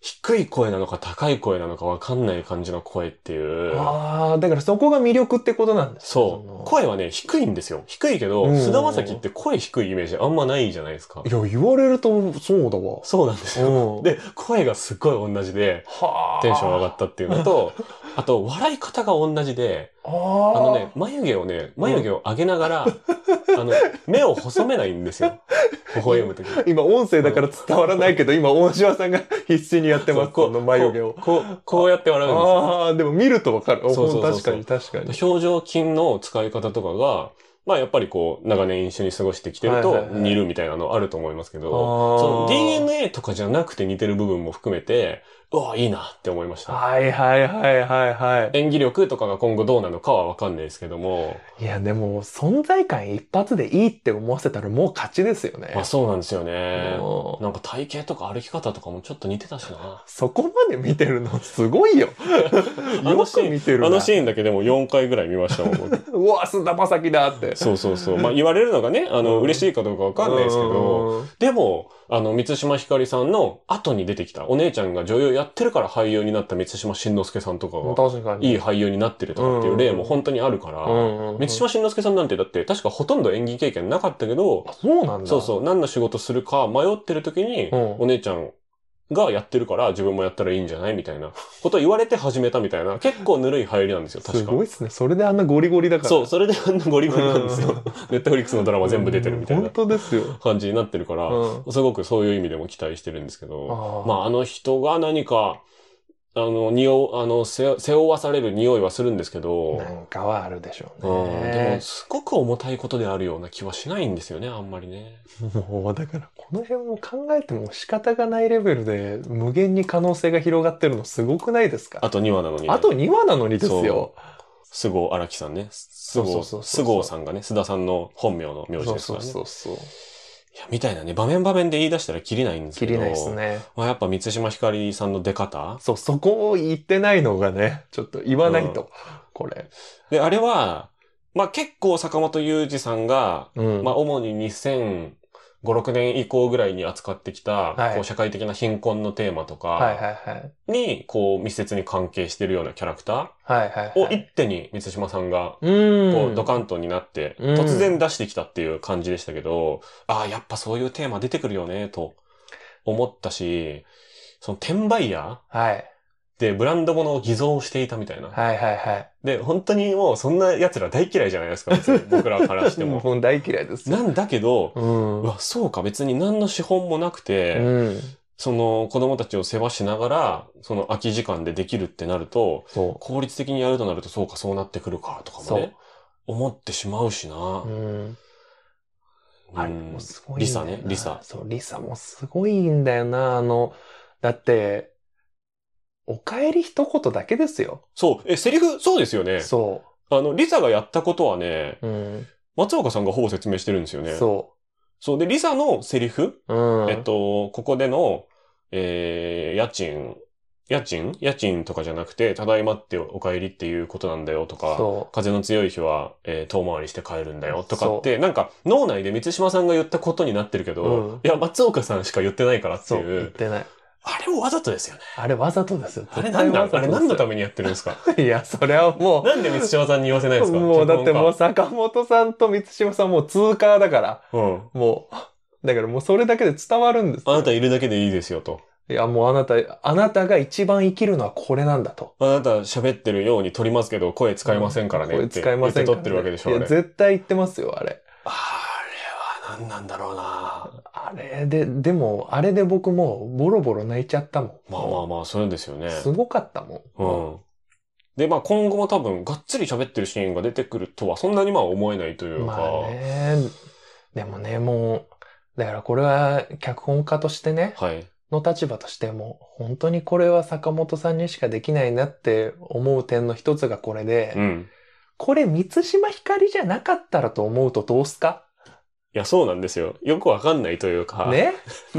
Speaker 2: 低い声なのか高い声なのかわかんない感じの声っていう。
Speaker 3: ああ、だからそこが魅力ってことなんです
Speaker 2: そう。
Speaker 3: そ
Speaker 2: 声はね、低いんですよ。低いけど、
Speaker 3: うん
Speaker 2: 菅田将暉って声低いイメージあんまないじゃないですか。
Speaker 3: のいや、言われるとそうだわ。
Speaker 2: そうなんですよ。
Speaker 3: うん。、
Speaker 2: で、声がすっごい同じで、
Speaker 3: はあ。
Speaker 2: テンション上が
Speaker 3: っ
Speaker 2: ったっていうのと、 あと、笑い方が同じで、
Speaker 3: た。あ
Speaker 2: あ
Speaker 3: あ。
Speaker 2: のね、眉毛をね、眉毛を上げながら、あの、目を細めないんですよ。微笑むとき。
Speaker 3: 今音声だから伝わらないけど、今大島さんが必死にやってます、
Speaker 2: こ
Speaker 3: こ
Speaker 2: う
Speaker 3: の眉毛を。
Speaker 2: こう、こうやって笑うんですよ。
Speaker 3: ああ、でも見るとわかる。
Speaker 2: そうそうそうそう
Speaker 3: 確かに確かに。
Speaker 2: 表情筋の使い方とかが、まあやっぱりこう、長年一緒に過ごしてきてる
Speaker 3: はい
Speaker 2: と
Speaker 3: はいはい
Speaker 2: 似るみたいなのあると思いますけど、
Speaker 3: あー
Speaker 2: その DNA とかじゃなくて似てる部分も含めて、うわ、いいなって思いました。
Speaker 3: はいはいはいはいはい。
Speaker 2: 演技力とかが今後どうなのかはわかんないですけども、
Speaker 3: いや、でも存在感一発でいいって思わせたらもう勝ちですよね。
Speaker 2: まあそうなんですよね。
Speaker 3: うん
Speaker 2: なんか体型とか歩き方とかもちょっと似てたしな。
Speaker 3: そこまで見てるのすご いよ。 よく見てるな。
Speaker 2: あのシーンだけでも4回ぐらい見ましたもん、 僕
Speaker 3: うわ、須田まさきだって。
Speaker 2: そうそうそう。まあ言われるのがね、あの、
Speaker 3: うん
Speaker 2: 嬉しいかどうかわかんないですけど、
Speaker 3: うん。
Speaker 2: でも、あの、満島ひかりさんの後に出てきた、お姉ちゃんが女優やってるから俳優になった満島真之介さんとかが、
Speaker 3: 確かに。
Speaker 2: いい俳優になってるとかっていう例も本当にあるから、
Speaker 3: うんうんうん
Speaker 2: 満島真之介さんなんてだって確かほとんど演技経験なかったけど
Speaker 3: あ、そうなんだ。
Speaker 2: そうそう、何の仕事するか迷ってる時に、
Speaker 3: うん
Speaker 2: お姉ちゃんがやってるから自分もやったらいいんじゃないみたいなことを言われて始めたみたいな、結構ぬるい入りなんですよ、確
Speaker 3: す
Speaker 2: か。
Speaker 3: ごいっすね。それであんなゴリゴリだから。
Speaker 2: そう、それであんなゴリゴリなんですよ。ネットフリックスのドラマ全部出てるみたい
Speaker 3: うん
Speaker 2: な
Speaker 3: 本当ですよ。
Speaker 2: 感じになってるから、
Speaker 3: うん。
Speaker 2: すごくそういう意味でも期待してるんですけど。
Speaker 3: あ
Speaker 2: まあ、あの人が何か、あの、匂う、あの、背背負わされる匂いはするんですけど、
Speaker 3: なんかはあるでしょう
Speaker 2: うん、でも、
Speaker 3: ね。
Speaker 2: すごく重たいことであるような気はしないんですよね、あんまりね。
Speaker 3: もうだからこの辺を考えても仕方がないレベルで無限に可能性が広がってるのすごくないですか
Speaker 2: あと2話なのに、ね。
Speaker 3: あと、2話なのにですよ。
Speaker 2: 菅生荒木さんね。菅
Speaker 3: そうそう
Speaker 2: 生、
Speaker 3: そうそう
Speaker 2: 菅生さんがね、須田さんの本名の名字
Speaker 3: そう
Speaker 2: です
Speaker 3: そ
Speaker 2: か
Speaker 3: う
Speaker 2: らね。
Speaker 3: そうそう。
Speaker 2: いや、みたいなね、場面場面で言い出したらきりないんです
Speaker 3: 切
Speaker 2: けど。
Speaker 3: りないです。ね。
Speaker 2: まあ、やっぱ満島ひかりさんの出方
Speaker 3: そう、そこを言ってないのがね、ちょっと言わないと、これ。
Speaker 2: で、あれは、まあ結構坂本雄二さんが、
Speaker 3: うん。
Speaker 2: まあ、主に2005、6年以降ぐらいに扱ってきた、
Speaker 3: はい
Speaker 2: こう社会的な貧困のテーマと
Speaker 3: はい
Speaker 2: か
Speaker 3: はいはい。
Speaker 2: に、こう密接に関係してるようなキャラクタ
Speaker 3: はいはい、はい。
Speaker 2: ーを一手に満島さんが、
Speaker 3: うん。
Speaker 2: こうドカンとになって、
Speaker 3: うん
Speaker 2: 突然出してきたっていう感じでしたけど、ああ、やっぱそういうテーマ出てくるよね、と思ったし、その転売屋
Speaker 3: はい。
Speaker 2: でブランド物を偽造していたみたいな。
Speaker 3: はいはいはい。
Speaker 2: で、本当にもうそんな奴ら大嫌いじゃないですか、別に僕らからして も。
Speaker 3: う大嫌いですよ。
Speaker 2: なんだけど、
Speaker 3: うん。
Speaker 2: うわ、そうか、別に何の資本もなく
Speaker 3: う
Speaker 2: て、
Speaker 3: ん。
Speaker 2: その子供たちを世話しながら、その空き時間でできるってなると、
Speaker 3: そ
Speaker 2: 効率的にやるとなるとそうかそうなってくるかとかもね、思ってしまうしな
Speaker 3: う。う。ん。あれ
Speaker 2: うん
Speaker 3: もすごいんだよな
Speaker 2: リサねリサ
Speaker 3: そう、リサもすごいんだよな。あの、だって、お帰り一言だけですよ。
Speaker 2: そう、え、セリフ、そうですよね。
Speaker 3: そ
Speaker 2: あの、リサがやったことはね、
Speaker 3: う。うん。
Speaker 2: 松岡さんがほぼ説明してるんですよね。そう。
Speaker 3: そ
Speaker 2: で、リサのセリフ、
Speaker 3: う。うん。
Speaker 2: えっと、ここでの、えー、家賃、家賃家賃とかじゃなくて、ただいまってお帰りっていうことなんだよとか、
Speaker 3: そ
Speaker 2: 風の強い日は、えー遠回りして帰るんだよとかって、なんか脳内で満島さんが言ったことになってるけど、
Speaker 3: うん
Speaker 2: いや、松岡さんしか言ってないから
Speaker 3: う。
Speaker 2: って
Speaker 3: そう。
Speaker 2: い
Speaker 3: 言っ
Speaker 2: う。
Speaker 3: てない。
Speaker 2: あれもわざとですよね。
Speaker 3: あれわざとですよ。
Speaker 2: あれ何なんあれ何のた
Speaker 3: め
Speaker 2: めにやってるんですか
Speaker 3: いや、それはもう、
Speaker 2: なんで満島さんに言わせないんですか
Speaker 3: もうだってもう
Speaker 2: 脚
Speaker 3: 坂本さんと満島さんもう通過だから、
Speaker 2: 本家
Speaker 3: もう、だからもうそれだけで伝わるんです
Speaker 2: うん。あ
Speaker 3: よ。
Speaker 2: なたいるだけでいいですよと。
Speaker 3: いや、もうあなた、あなたが一番生きるのはこれなんだと。
Speaker 2: あなた喋ってるように撮りますけど、声使いませんからね
Speaker 3: こ
Speaker 2: っ
Speaker 3: れ
Speaker 2: て
Speaker 3: 使い
Speaker 2: 言
Speaker 3: ま
Speaker 2: っ
Speaker 3: せ
Speaker 2: て
Speaker 3: んか
Speaker 2: 撮
Speaker 3: らね
Speaker 2: ってるわけでしょ、
Speaker 3: い
Speaker 2: あ
Speaker 3: や、
Speaker 2: れ。
Speaker 3: 絶対言ってますよ、あれ。
Speaker 2: あれは何なんだろうな
Speaker 3: あれで、でも、あれで僕もうボロボロ泣いちゃったもん。
Speaker 2: まあまあまあ、そうですよね。
Speaker 3: すごかったも
Speaker 2: う
Speaker 3: ん。
Speaker 2: ん。で、まあ今後も多分、がっつり喋ってるシーンが出てくるとは、そんなにまあ思えないというか、
Speaker 3: まあね。でもね、もう、だからこれは脚本家としてね、
Speaker 2: はい。
Speaker 3: の立場としても、本当にこれは坂本さんにしかできないなって思う点の一つがこれで、
Speaker 2: うん。
Speaker 3: これ満島ひかりじゃなかったらと思うとどうすか
Speaker 2: いや、そうなんですよ。よくわかんないというか、
Speaker 3: ね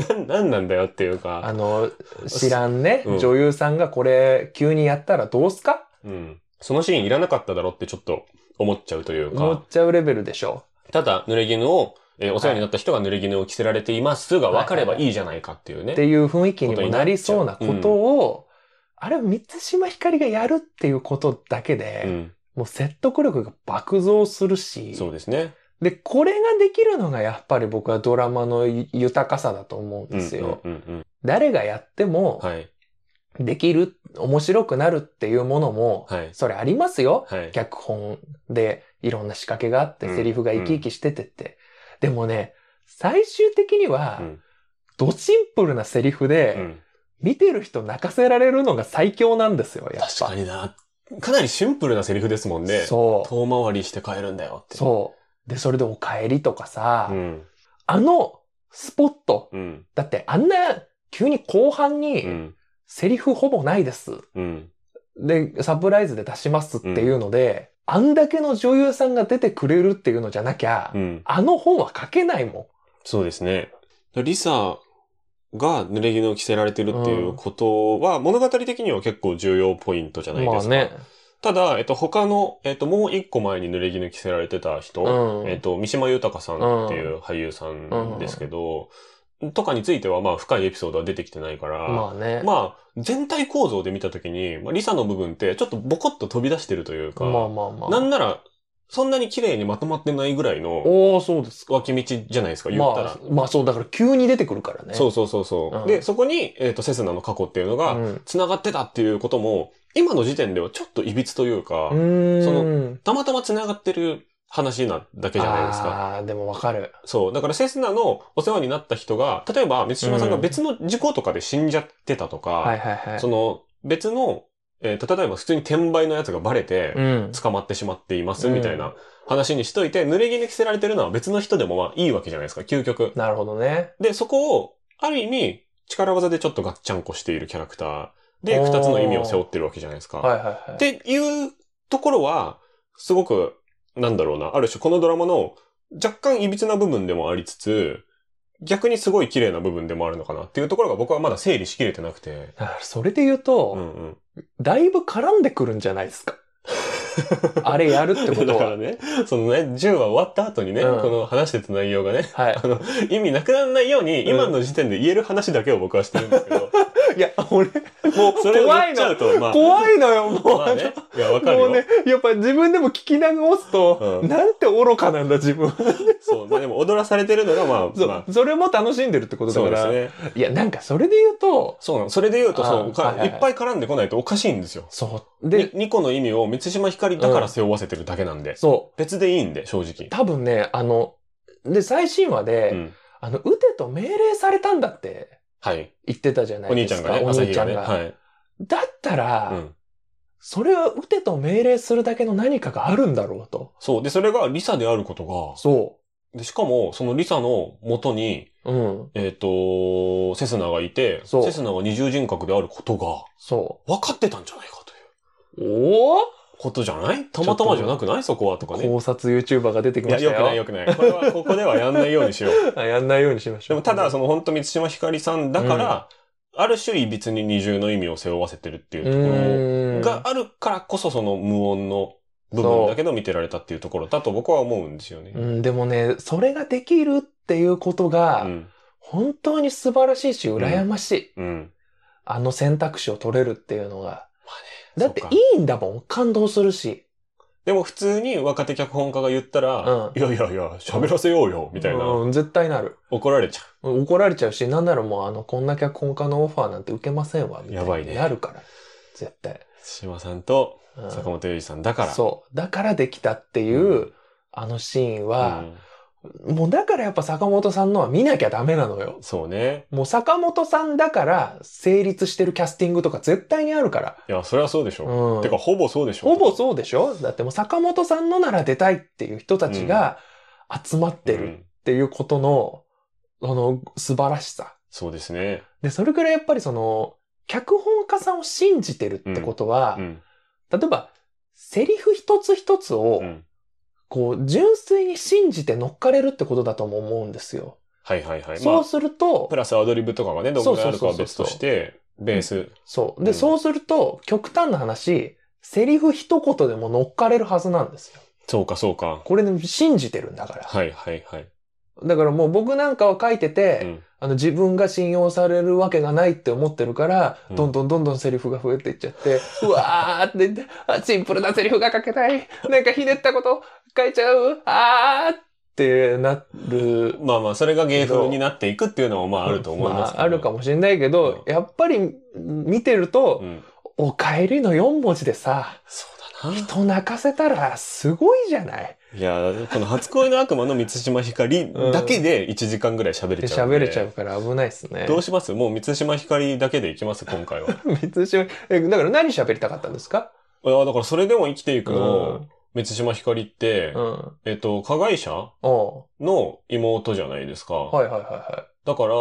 Speaker 2: なん、なんなんだよっていう
Speaker 3: あ
Speaker 2: か、
Speaker 3: の、知らんね、
Speaker 2: うん
Speaker 3: 女優さんがこれ急にやったらどうすか
Speaker 2: うん。そのシーンいらなかっただろってちょっと思っちゃうという
Speaker 3: 思っ
Speaker 2: か、
Speaker 3: ちゃうレベルでしょ。
Speaker 2: ただ、濡れ衣を、えーお世話になった人が濡れ衣を着せられていますが、
Speaker 3: はい
Speaker 2: わかればいいじゃないかっていうね。
Speaker 3: っていう雰囲気にもなりそうなことを、あれを満島ひかりがやるっていうことだけで、
Speaker 2: うん。
Speaker 3: もう説得力が爆増するし、
Speaker 2: そうですね。
Speaker 3: で、これができるのがやっぱり僕はドラマの豊かさだと思うん
Speaker 2: うん
Speaker 3: ですよ。
Speaker 2: うんうん
Speaker 3: 誰がやって
Speaker 2: うん。
Speaker 3: も、
Speaker 2: はい。
Speaker 3: できる、面白くなるっていうものも、
Speaker 2: はい。
Speaker 3: それありますよ。
Speaker 2: はい。
Speaker 3: 脚本でいろんな仕掛けがあって、
Speaker 2: うん
Speaker 3: セリフが生き生きしててって。でもね、最終的には
Speaker 2: うん、
Speaker 3: ドシンプルなセリフ
Speaker 2: う
Speaker 3: で、
Speaker 2: ん。
Speaker 3: 見てる人泣かせられるのが最強なんですよ、やっ
Speaker 2: 確
Speaker 3: ぱ。
Speaker 2: かにな。かなりシンプルなセリフですもんね。
Speaker 3: そ
Speaker 2: 遠回りして帰るんだよっ
Speaker 3: う。
Speaker 2: て。
Speaker 3: そう。で、それでお帰りとかさ、
Speaker 2: うん。
Speaker 3: あのスポット、
Speaker 2: うん。
Speaker 3: だってあんな急に後半
Speaker 2: う
Speaker 3: に
Speaker 2: ん。
Speaker 3: セリフほぼないです。
Speaker 2: うん。
Speaker 3: で、サプライズで出しますっていうので、あんだけの女優さんが出てくれるっていうのじゃなきゃ、
Speaker 2: うん。
Speaker 3: あの本は書けないもん。
Speaker 2: そうですね。リサが濡れ衣を着せられてるっていうことは、物語的には結構重要ポイントじゃないで
Speaker 3: ます
Speaker 2: か。
Speaker 3: あね。
Speaker 2: ただ、えっと、他の、えっと、もう一個前に濡れ衣着せられてた人、
Speaker 3: うん。
Speaker 2: えっと、三島豊さんっていう俳優さんですけど、とかについては、まあ、深いエピソードは出てきてないから、
Speaker 3: まあね。ま
Speaker 2: まあ、全体構造で見たときに、まあ、リサの部分ってちょっとボコッと飛び出してるという
Speaker 3: あ
Speaker 2: か、
Speaker 3: まあまあまあ。
Speaker 2: なんなら、そんなに綺麗にまとまってないぐらいの
Speaker 3: おおそうです
Speaker 2: 脇道じゃないですか、言
Speaker 3: ま
Speaker 2: ったら。
Speaker 3: あ、まあそう、だから急に出てくるからね。
Speaker 2: そうそうそうそう。
Speaker 3: うん
Speaker 2: で、そこに、えっ、と、セスナの過去っていうの
Speaker 3: う
Speaker 2: が、
Speaker 3: ん。
Speaker 2: 繋がってたっていうことも、今の時点ではちょっと歪というか、
Speaker 3: うーん。
Speaker 2: そたまたま繋がってる話なだけじゃないですか。
Speaker 3: ああ、でもわかる。
Speaker 2: そう。だからセスナのお世話になった人が、例えば、三島さんが別の事故とかで死んじゃってたとか、
Speaker 3: はいはいはい。
Speaker 2: その、別の、えっ、と、例えば普通に転売のやつがバレて、
Speaker 3: うん。
Speaker 2: 捕まってしまっています、
Speaker 3: うん
Speaker 2: みたいな話にしといて、濡れ衣着せられてるのは別の人でもまあいいわけじゃないですか、究極。
Speaker 3: なるほどね。
Speaker 2: で、そこを、ある意味、力技でちょっとガッチャンコしているキャラクターで、
Speaker 3: おー
Speaker 2: 二つの意味を背負ってるわけじゃないですか。
Speaker 3: はいはいはい。
Speaker 2: っていうところは、すごく、なんだろうな、ある種このドラマの若干歪な部分でもありつつ、逆にすごい綺麗な部分でもあるのかなっていうところが僕はまだ整理しきれてなくて。
Speaker 3: だからそれで言う
Speaker 2: うんう
Speaker 3: と、
Speaker 2: ん。
Speaker 3: だいぶ絡んでくるんじゃないです か。あれやるってこと
Speaker 2: だから
Speaker 3: は。
Speaker 2: ね、そのね、10話終わった後にね、
Speaker 3: うん
Speaker 2: この話してた内容がね、
Speaker 3: はい
Speaker 2: あの、意味なくならないように、今の時点で言える話だけを僕はしてるんですけ ど、。
Speaker 3: いや、俺、
Speaker 2: もうそれを言っちゃうと、まあ、
Speaker 3: 怖いのよ、もう。
Speaker 2: まあね、いや、わかる
Speaker 3: も
Speaker 2: よ。
Speaker 3: うね、やっぱり自分でも聞き直すと、
Speaker 2: うん
Speaker 3: なんて愚かなんだ、自分。
Speaker 2: そう、まあでも踊らされてるのが、まあ、
Speaker 3: そ
Speaker 2: ま
Speaker 3: うそれも楽しんでるってこ
Speaker 2: あ、
Speaker 3: とだ
Speaker 2: そう
Speaker 3: か
Speaker 2: で
Speaker 3: ら。
Speaker 2: すね。
Speaker 3: いや、なんかそれで言うと、
Speaker 2: そうなの。それで言うと、
Speaker 3: あー
Speaker 2: そう、か
Speaker 3: はいはい
Speaker 2: いっぱい絡んでこないとおかしいんですよ。
Speaker 3: そう。
Speaker 2: で
Speaker 3: で、、
Speaker 2: 2個の意味を満島ひかりだから背負わせてるだけなんで、
Speaker 3: そ
Speaker 2: 別でいいんで、正直
Speaker 3: う。。多分ね、あの、で、最新話で、
Speaker 2: うん。
Speaker 3: あの、撃てと命令されたんだって
Speaker 2: はい。
Speaker 3: 言ってたじゃな
Speaker 2: お
Speaker 3: い
Speaker 2: 兄
Speaker 3: で
Speaker 2: ちゃ
Speaker 3: す
Speaker 2: ん
Speaker 3: か。
Speaker 2: がね、朝日がね。
Speaker 3: お兄ちゃんが
Speaker 2: はい。
Speaker 3: だったら、
Speaker 2: うん。
Speaker 3: それは打てと命令するだけの何かがあるんだろうと。
Speaker 2: そう。で、それがリサであることが、
Speaker 3: そ
Speaker 2: で、しかも、そのリサの元に、
Speaker 3: う。うん。
Speaker 2: えっ、と、セスナがいて、
Speaker 3: そう
Speaker 2: セスナが二重人格であることが、
Speaker 3: そ
Speaker 2: 分かってたんじゃないかという
Speaker 3: う。おお
Speaker 2: ことじゃないたまたまじゃなくないそこはとかね。
Speaker 3: 考察 YouTuber が出てき
Speaker 2: い
Speaker 3: ま
Speaker 2: や、
Speaker 3: したよ。
Speaker 2: よくないよくない。これは、ここではやんないようにしよう。
Speaker 3: あやんないようにしまし
Speaker 2: で
Speaker 3: ょう。
Speaker 2: もただ、その本当満島ひかりさんだから、ある種、いびつに二重の意味を背負わせてるっていううとこ
Speaker 3: ーん
Speaker 2: ろがあるからこそ、その無音の部分だけど見てられたっていうところだと僕は思うんですよね。
Speaker 3: うん、でもね、それができるっていうこと
Speaker 2: う
Speaker 3: が、
Speaker 2: ん。
Speaker 3: 本当に素晴らしいし、羨ましい。
Speaker 2: うん。
Speaker 3: あの選択肢を取れるっていうのが。
Speaker 2: まあ
Speaker 3: だ
Speaker 2: ね
Speaker 3: って
Speaker 2: そうか
Speaker 3: いいんだもん。感動するし。
Speaker 2: でも普通に若手脚本家が言ったら
Speaker 3: うん、
Speaker 2: いやいやいや、喋らせようよ、みたいな。
Speaker 3: うん、絶対なる。
Speaker 2: 怒られちゃ
Speaker 3: 怒られちゃうし、なんならもう、あの、こんな脚本家のオファーなんて受けませんわ、みたい
Speaker 2: やばい
Speaker 3: に
Speaker 2: ね
Speaker 3: なるから。絶対。
Speaker 2: う。島さんと
Speaker 3: うん
Speaker 2: 坂本龍一さんだから。
Speaker 3: そう。だからできたっていう、
Speaker 2: うん
Speaker 3: あのシーン
Speaker 2: う
Speaker 3: は、
Speaker 2: ん。
Speaker 3: もうだからやっぱ坂本さんのは見なきゃダメなのよ。
Speaker 2: そうね。
Speaker 3: もう坂本さんだから成立してるキャスティングとか絶対にあるから。
Speaker 2: いや、それはそうでしょ。
Speaker 3: うん。
Speaker 2: てか、ほぼそうでしょ。
Speaker 3: ほぼそうでしょだってもう坂本さんのなら出たいっていう人たちが集まって
Speaker 2: う
Speaker 3: るっ
Speaker 2: ん
Speaker 3: ていうことの、あの、素晴らしさ。
Speaker 2: そうですね。
Speaker 3: で、それくらいやっぱりその、脚本家さんを信じてるってことは
Speaker 2: う、ん。
Speaker 3: 例えば、セリフ一つ一つを
Speaker 2: う、ん
Speaker 3: こう、純粋に信じて乗っかれるってことだとも思うんですよ。
Speaker 2: はいはいはい。まあ
Speaker 3: そうすると
Speaker 2: プ、ラスアドリブとかがね、どんぐらいあるかは別として、ベース。
Speaker 3: そう。
Speaker 2: う
Speaker 3: で、
Speaker 2: ん
Speaker 3: そうすると、極端な話、セリフ一言でも乗っかれるはずなんですよ。
Speaker 2: そうかそうか。
Speaker 3: これね、信じてるんだから。
Speaker 2: はいはいはい。
Speaker 3: だからもう僕なんかは書いてて、
Speaker 2: うん
Speaker 3: あの自分が信用されるわけがないって思ってるから、
Speaker 2: うん
Speaker 3: どんどんどんどんセリフが増えていっちゃって、 うわーって言ってあ、シンプルなセリフが書けない。なんかひねったこと書いちゃう。あーってなる。
Speaker 2: まあまあ、それが芸風になっていくっていうのはまああると思いますけど。
Speaker 3: あ、あるかもしれないけど、
Speaker 2: う
Speaker 3: やっぱり見てると、
Speaker 2: うん。
Speaker 3: お帰りの4文字でさ、
Speaker 2: そうだな。
Speaker 3: 人泣かせたらすごいじゃない。
Speaker 2: いや、この初恋の悪魔の満島ひかりだけで1時間ぐらい喋
Speaker 3: で
Speaker 2: れちゃうんで。
Speaker 3: 喋れちゃうから危ないですね。
Speaker 2: どうしますもう満島ひかりだけでいきます、今回は。
Speaker 3: 満島えだから何喋りたかったんですか
Speaker 2: いや、だからそれでも生きていく
Speaker 3: う
Speaker 2: の
Speaker 3: ん、
Speaker 2: 満島ひかりって
Speaker 3: う、ん。
Speaker 2: えっと、加害者
Speaker 3: お
Speaker 2: の妹じゃないですか。
Speaker 3: うはいはいはいは
Speaker 2: だから、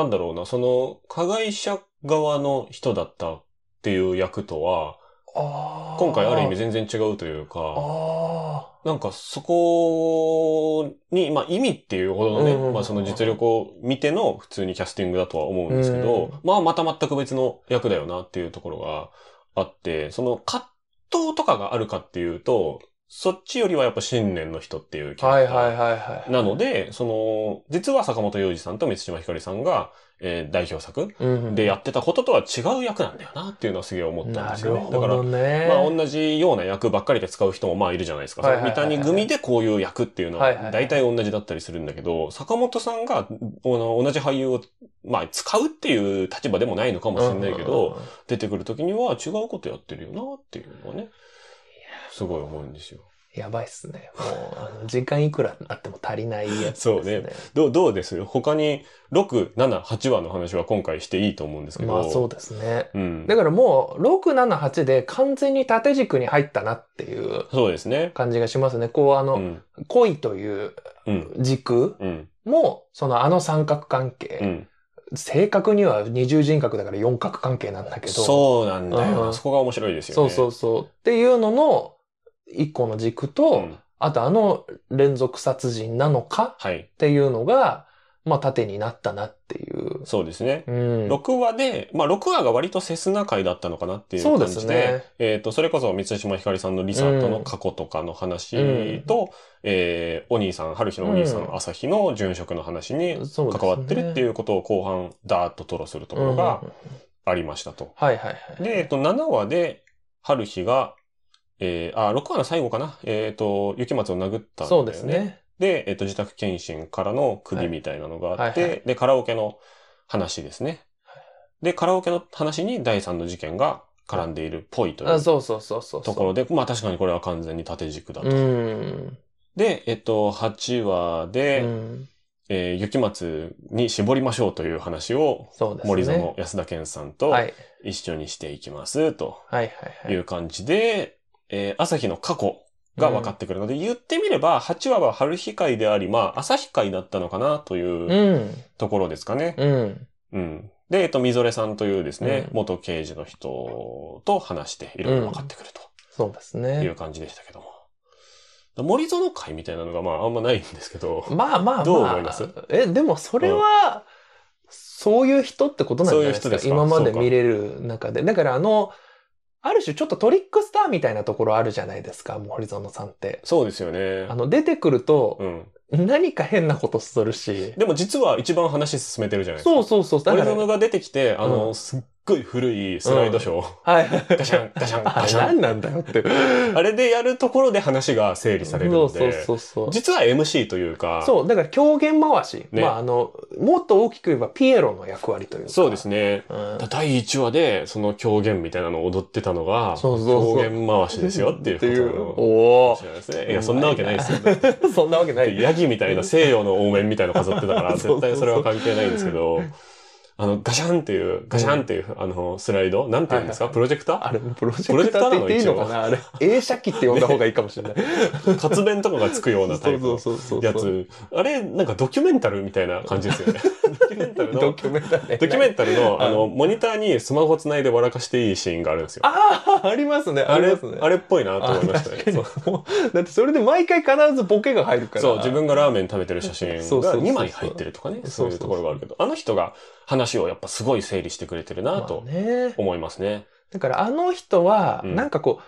Speaker 2: なんだろうな、その、加害者側の人だったっていう役とは、
Speaker 3: い。ああ。
Speaker 2: 今回ある意味全然違うというか、
Speaker 3: あ
Speaker 2: なんかそこに、まあ意味っていうほどの
Speaker 3: うんうんう
Speaker 2: ね、
Speaker 3: ん
Speaker 2: まあその実力を見ての普通にキャスティングだとは思うんですけ
Speaker 3: うん
Speaker 2: ど、まあまた全く別の役だよなっていうところがあって、その葛藤とかがあるかっていうと、そっちよりはやっぱ信念の人っていうキ
Speaker 3: あ。
Speaker 2: ャラ
Speaker 3: はい
Speaker 2: クター
Speaker 3: はいはいはい。
Speaker 2: なので、その、実は坂本洋二さんと満島ひかりさんが、えー代表作
Speaker 3: うん
Speaker 2: でやってたこととは違う役なんだよなっていうのはすげえ思ったん
Speaker 3: な
Speaker 2: ですよ
Speaker 3: る
Speaker 2: ね。
Speaker 3: ほ
Speaker 2: だから、
Speaker 3: どね。
Speaker 2: まあ同じような役ばっかりで使う人もまあいるじゃないですか。
Speaker 3: はいはいはいはい
Speaker 2: その三谷組でこういう役っていうの
Speaker 3: はいはいは
Speaker 2: はい大体同じだったりするんだけど、坂本さんがあの同じ俳優を、まあ使うっていう立場でもないのかもしれないけど、
Speaker 3: うんうんうんうん、
Speaker 2: 出てくる時には違うことやってるよなっていうのはね、すごい思うんですよ。
Speaker 3: やばいっすね。もう、あの、時間いくらあっても足りないやつです、ね。
Speaker 2: そうねどう、どうです他に6、7、8話の話は今回していいと思うんですけど。
Speaker 3: まあそうですね。
Speaker 2: うん
Speaker 3: だ。からもう、6、7、8で完全に縦軸に入ったなっていう
Speaker 2: そうですね。
Speaker 3: 感じがしますね。こう、あの、
Speaker 2: うん。
Speaker 3: 恋という
Speaker 2: うん。
Speaker 3: 軸
Speaker 2: うん。
Speaker 3: も、そのあの三角関係、
Speaker 2: うん。
Speaker 3: 正確には二重人格だから四角関係なんだけど、
Speaker 2: そうなんだよ
Speaker 3: う
Speaker 2: な。
Speaker 3: ん
Speaker 2: そこが面白いですよ
Speaker 3: そ
Speaker 2: ね。
Speaker 3: うそうそう。っていうのの、一個の軸と、
Speaker 2: うん
Speaker 3: あとあの連続殺人なのか
Speaker 2: はい
Speaker 3: っ。ていうのが、まあ縦になったなっていう。
Speaker 2: そうですね。
Speaker 3: うん。
Speaker 2: 6話で、まあ6話が割とセスナ回だったのかなっていう
Speaker 3: そう
Speaker 2: 感
Speaker 3: です
Speaker 2: じで、
Speaker 3: ね。
Speaker 2: えっ、と、それこそ三島ひかりさんのリサとの過去とかの話と、えーお兄さん、春日のお兄さん、
Speaker 3: うん
Speaker 2: 朝日の殉職の話に
Speaker 3: そうですね
Speaker 2: 関わってるっていうことを後半、ダーッと吐露するところが
Speaker 3: うん
Speaker 2: ありましたと。
Speaker 3: はいはいはい。
Speaker 2: で、えっと、7話で、春日が、えー、あ、6話の最後かな。えっ、と、雪松を殴ったんだ
Speaker 3: そ
Speaker 2: よ
Speaker 3: う
Speaker 2: ね。
Speaker 3: です。ね。
Speaker 2: で、えっ、と、自宅検診からの首みたいなのがあって、
Speaker 3: はいはい
Speaker 2: で、カラオケの話ですね。で、カラオケの話に第3の事件が絡んでいるっぽいとい
Speaker 3: あ
Speaker 2: う
Speaker 3: そうそうそうそう。
Speaker 2: ところで、まあ確かにこれは完全に縦軸だと。
Speaker 3: うん。
Speaker 2: で、えっと、8話
Speaker 3: う
Speaker 2: で、
Speaker 3: ん。
Speaker 2: えー雪松に絞りましょうという話を、
Speaker 3: そうですね。
Speaker 2: 森園安田健さんと
Speaker 3: はい。
Speaker 2: 一緒にしていきます、と
Speaker 3: はいはいはいい。
Speaker 2: う感じで、えー朝日の過去が分かってくるので、言ってみれば、8話は春日会であり、まあ、朝日会だったのかなという
Speaker 3: うん。
Speaker 2: ところですかね。
Speaker 3: うん。
Speaker 2: うん。で、えっと、みぞれさんというですね、
Speaker 3: うん
Speaker 2: 元刑事の人と話して、いろいろ分かってくる
Speaker 3: そうです
Speaker 2: とい
Speaker 3: ね
Speaker 2: う。感じでしたけども。森園会みたいなのが、まあ、あんまないんですけど、
Speaker 3: まあまあまあ。
Speaker 2: どう思います
Speaker 3: え、でもそれは、そういう人ってことなんじゃないですか。
Speaker 2: そういう人ですか
Speaker 3: 今まで
Speaker 2: そうか
Speaker 3: 見れる中で。だからあの、ある種ちょっとトリックスターみたいなところあるじゃないですか、森園さんって。
Speaker 2: そうですよね
Speaker 3: あ。の、出てくると
Speaker 2: う、ん。
Speaker 3: 何か変なことするし。
Speaker 2: でも実は一番話進めてるじゃないですか。
Speaker 3: そうそうそう。だ
Speaker 2: 森
Speaker 3: から、
Speaker 2: 園が出てきて、あの、
Speaker 3: うん
Speaker 2: すっごい古いスライドショー、
Speaker 3: はい。
Speaker 2: ガシャン、ガシャン、
Speaker 3: あ
Speaker 2: ガ
Speaker 3: れ
Speaker 2: シャン
Speaker 3: 何なんだよって。
Speaker 2: あれでやるところで話が整理されるので、
Speaker 3: そうそうそうそう。
Speaker 2: 実は MC というか、
Speaker 3: そう、だから狂言回し。
Speaker 2: ね
Speaker 3: まあ、あの、もっと大きく言えばピエロの役割というか。
Speaker 2: そうです
Speaker 3: ね。
Speaker 2: ね。第1話でその狂言みたいなのを踊ってたのが、
Speaker 3: そうそうそう
Speaker 2: 狂言回しですよっていうこ
Speaker 3: お
Speaker 2: と
Speaker 3: お
Speaker 2: を 知らないですね。いや、そんなわけないですよ。
Speaker 3: ー。そんなわけない。
Speaker 2: ヤギみたいな西洋の応面みたいなの飾ってた から、
Speaker 3: そうそうそう
Speaker 2: 絶対それは関係ないんですけど、あの、ガシャンっていう、ガシャンっていう、あの、スライド、なんて言うんですか、
Speaker 3: はい
Speaker 2: プロジェクタ
Speaker 3: あれ、プロジェクターって言っていいのかなあれ、映写機って呼んだ方がいいかもしれない。
Speaker 2: ー活弁とかがつくようなタイプ
Speaker 3: そう
Speaker 2: の
Speaker 3: そうそう。
Speaker 2: や。つ。あれ、なんかドキュメンタルみたいな感じです よね。ドキュメンタルの
Speaker 3: ドキュメンタリー。
Speaker 2: ドキュメンタルの、
Speaker 3: はい
Speaker 2: あの、モニターにスマホつないで笑かしていいシーンがあるんですよ。
Speaker 3: ああ、ありますね。あ
Speaker 2: あ
Speaker 3: り
Speaker 2: れ、
Speaker 3: ますね。
Speaker 2: あれっぽいなと
Speaker 3: あ
Speaker 2: 思いましたね
Speaker 3: 確か。に
Speaker 2: そう
Speaker 3: もうだってそれで毎回必ずボケが入るから。
Speaker 2: そう、自分がラーメン食べてる写真が
Speaker 3: そうそうそうそう
Speaker 2: 2枚入ってるとかね、そういうところがあるけど、あの人が話をやっぱすごい整理してくれてるなと
Speaker 3: まあね。
Speaker 2: 思いますね。
Speaker 3: だからあの人は、
Speaker 2: うん
Speaker 3: なんかこ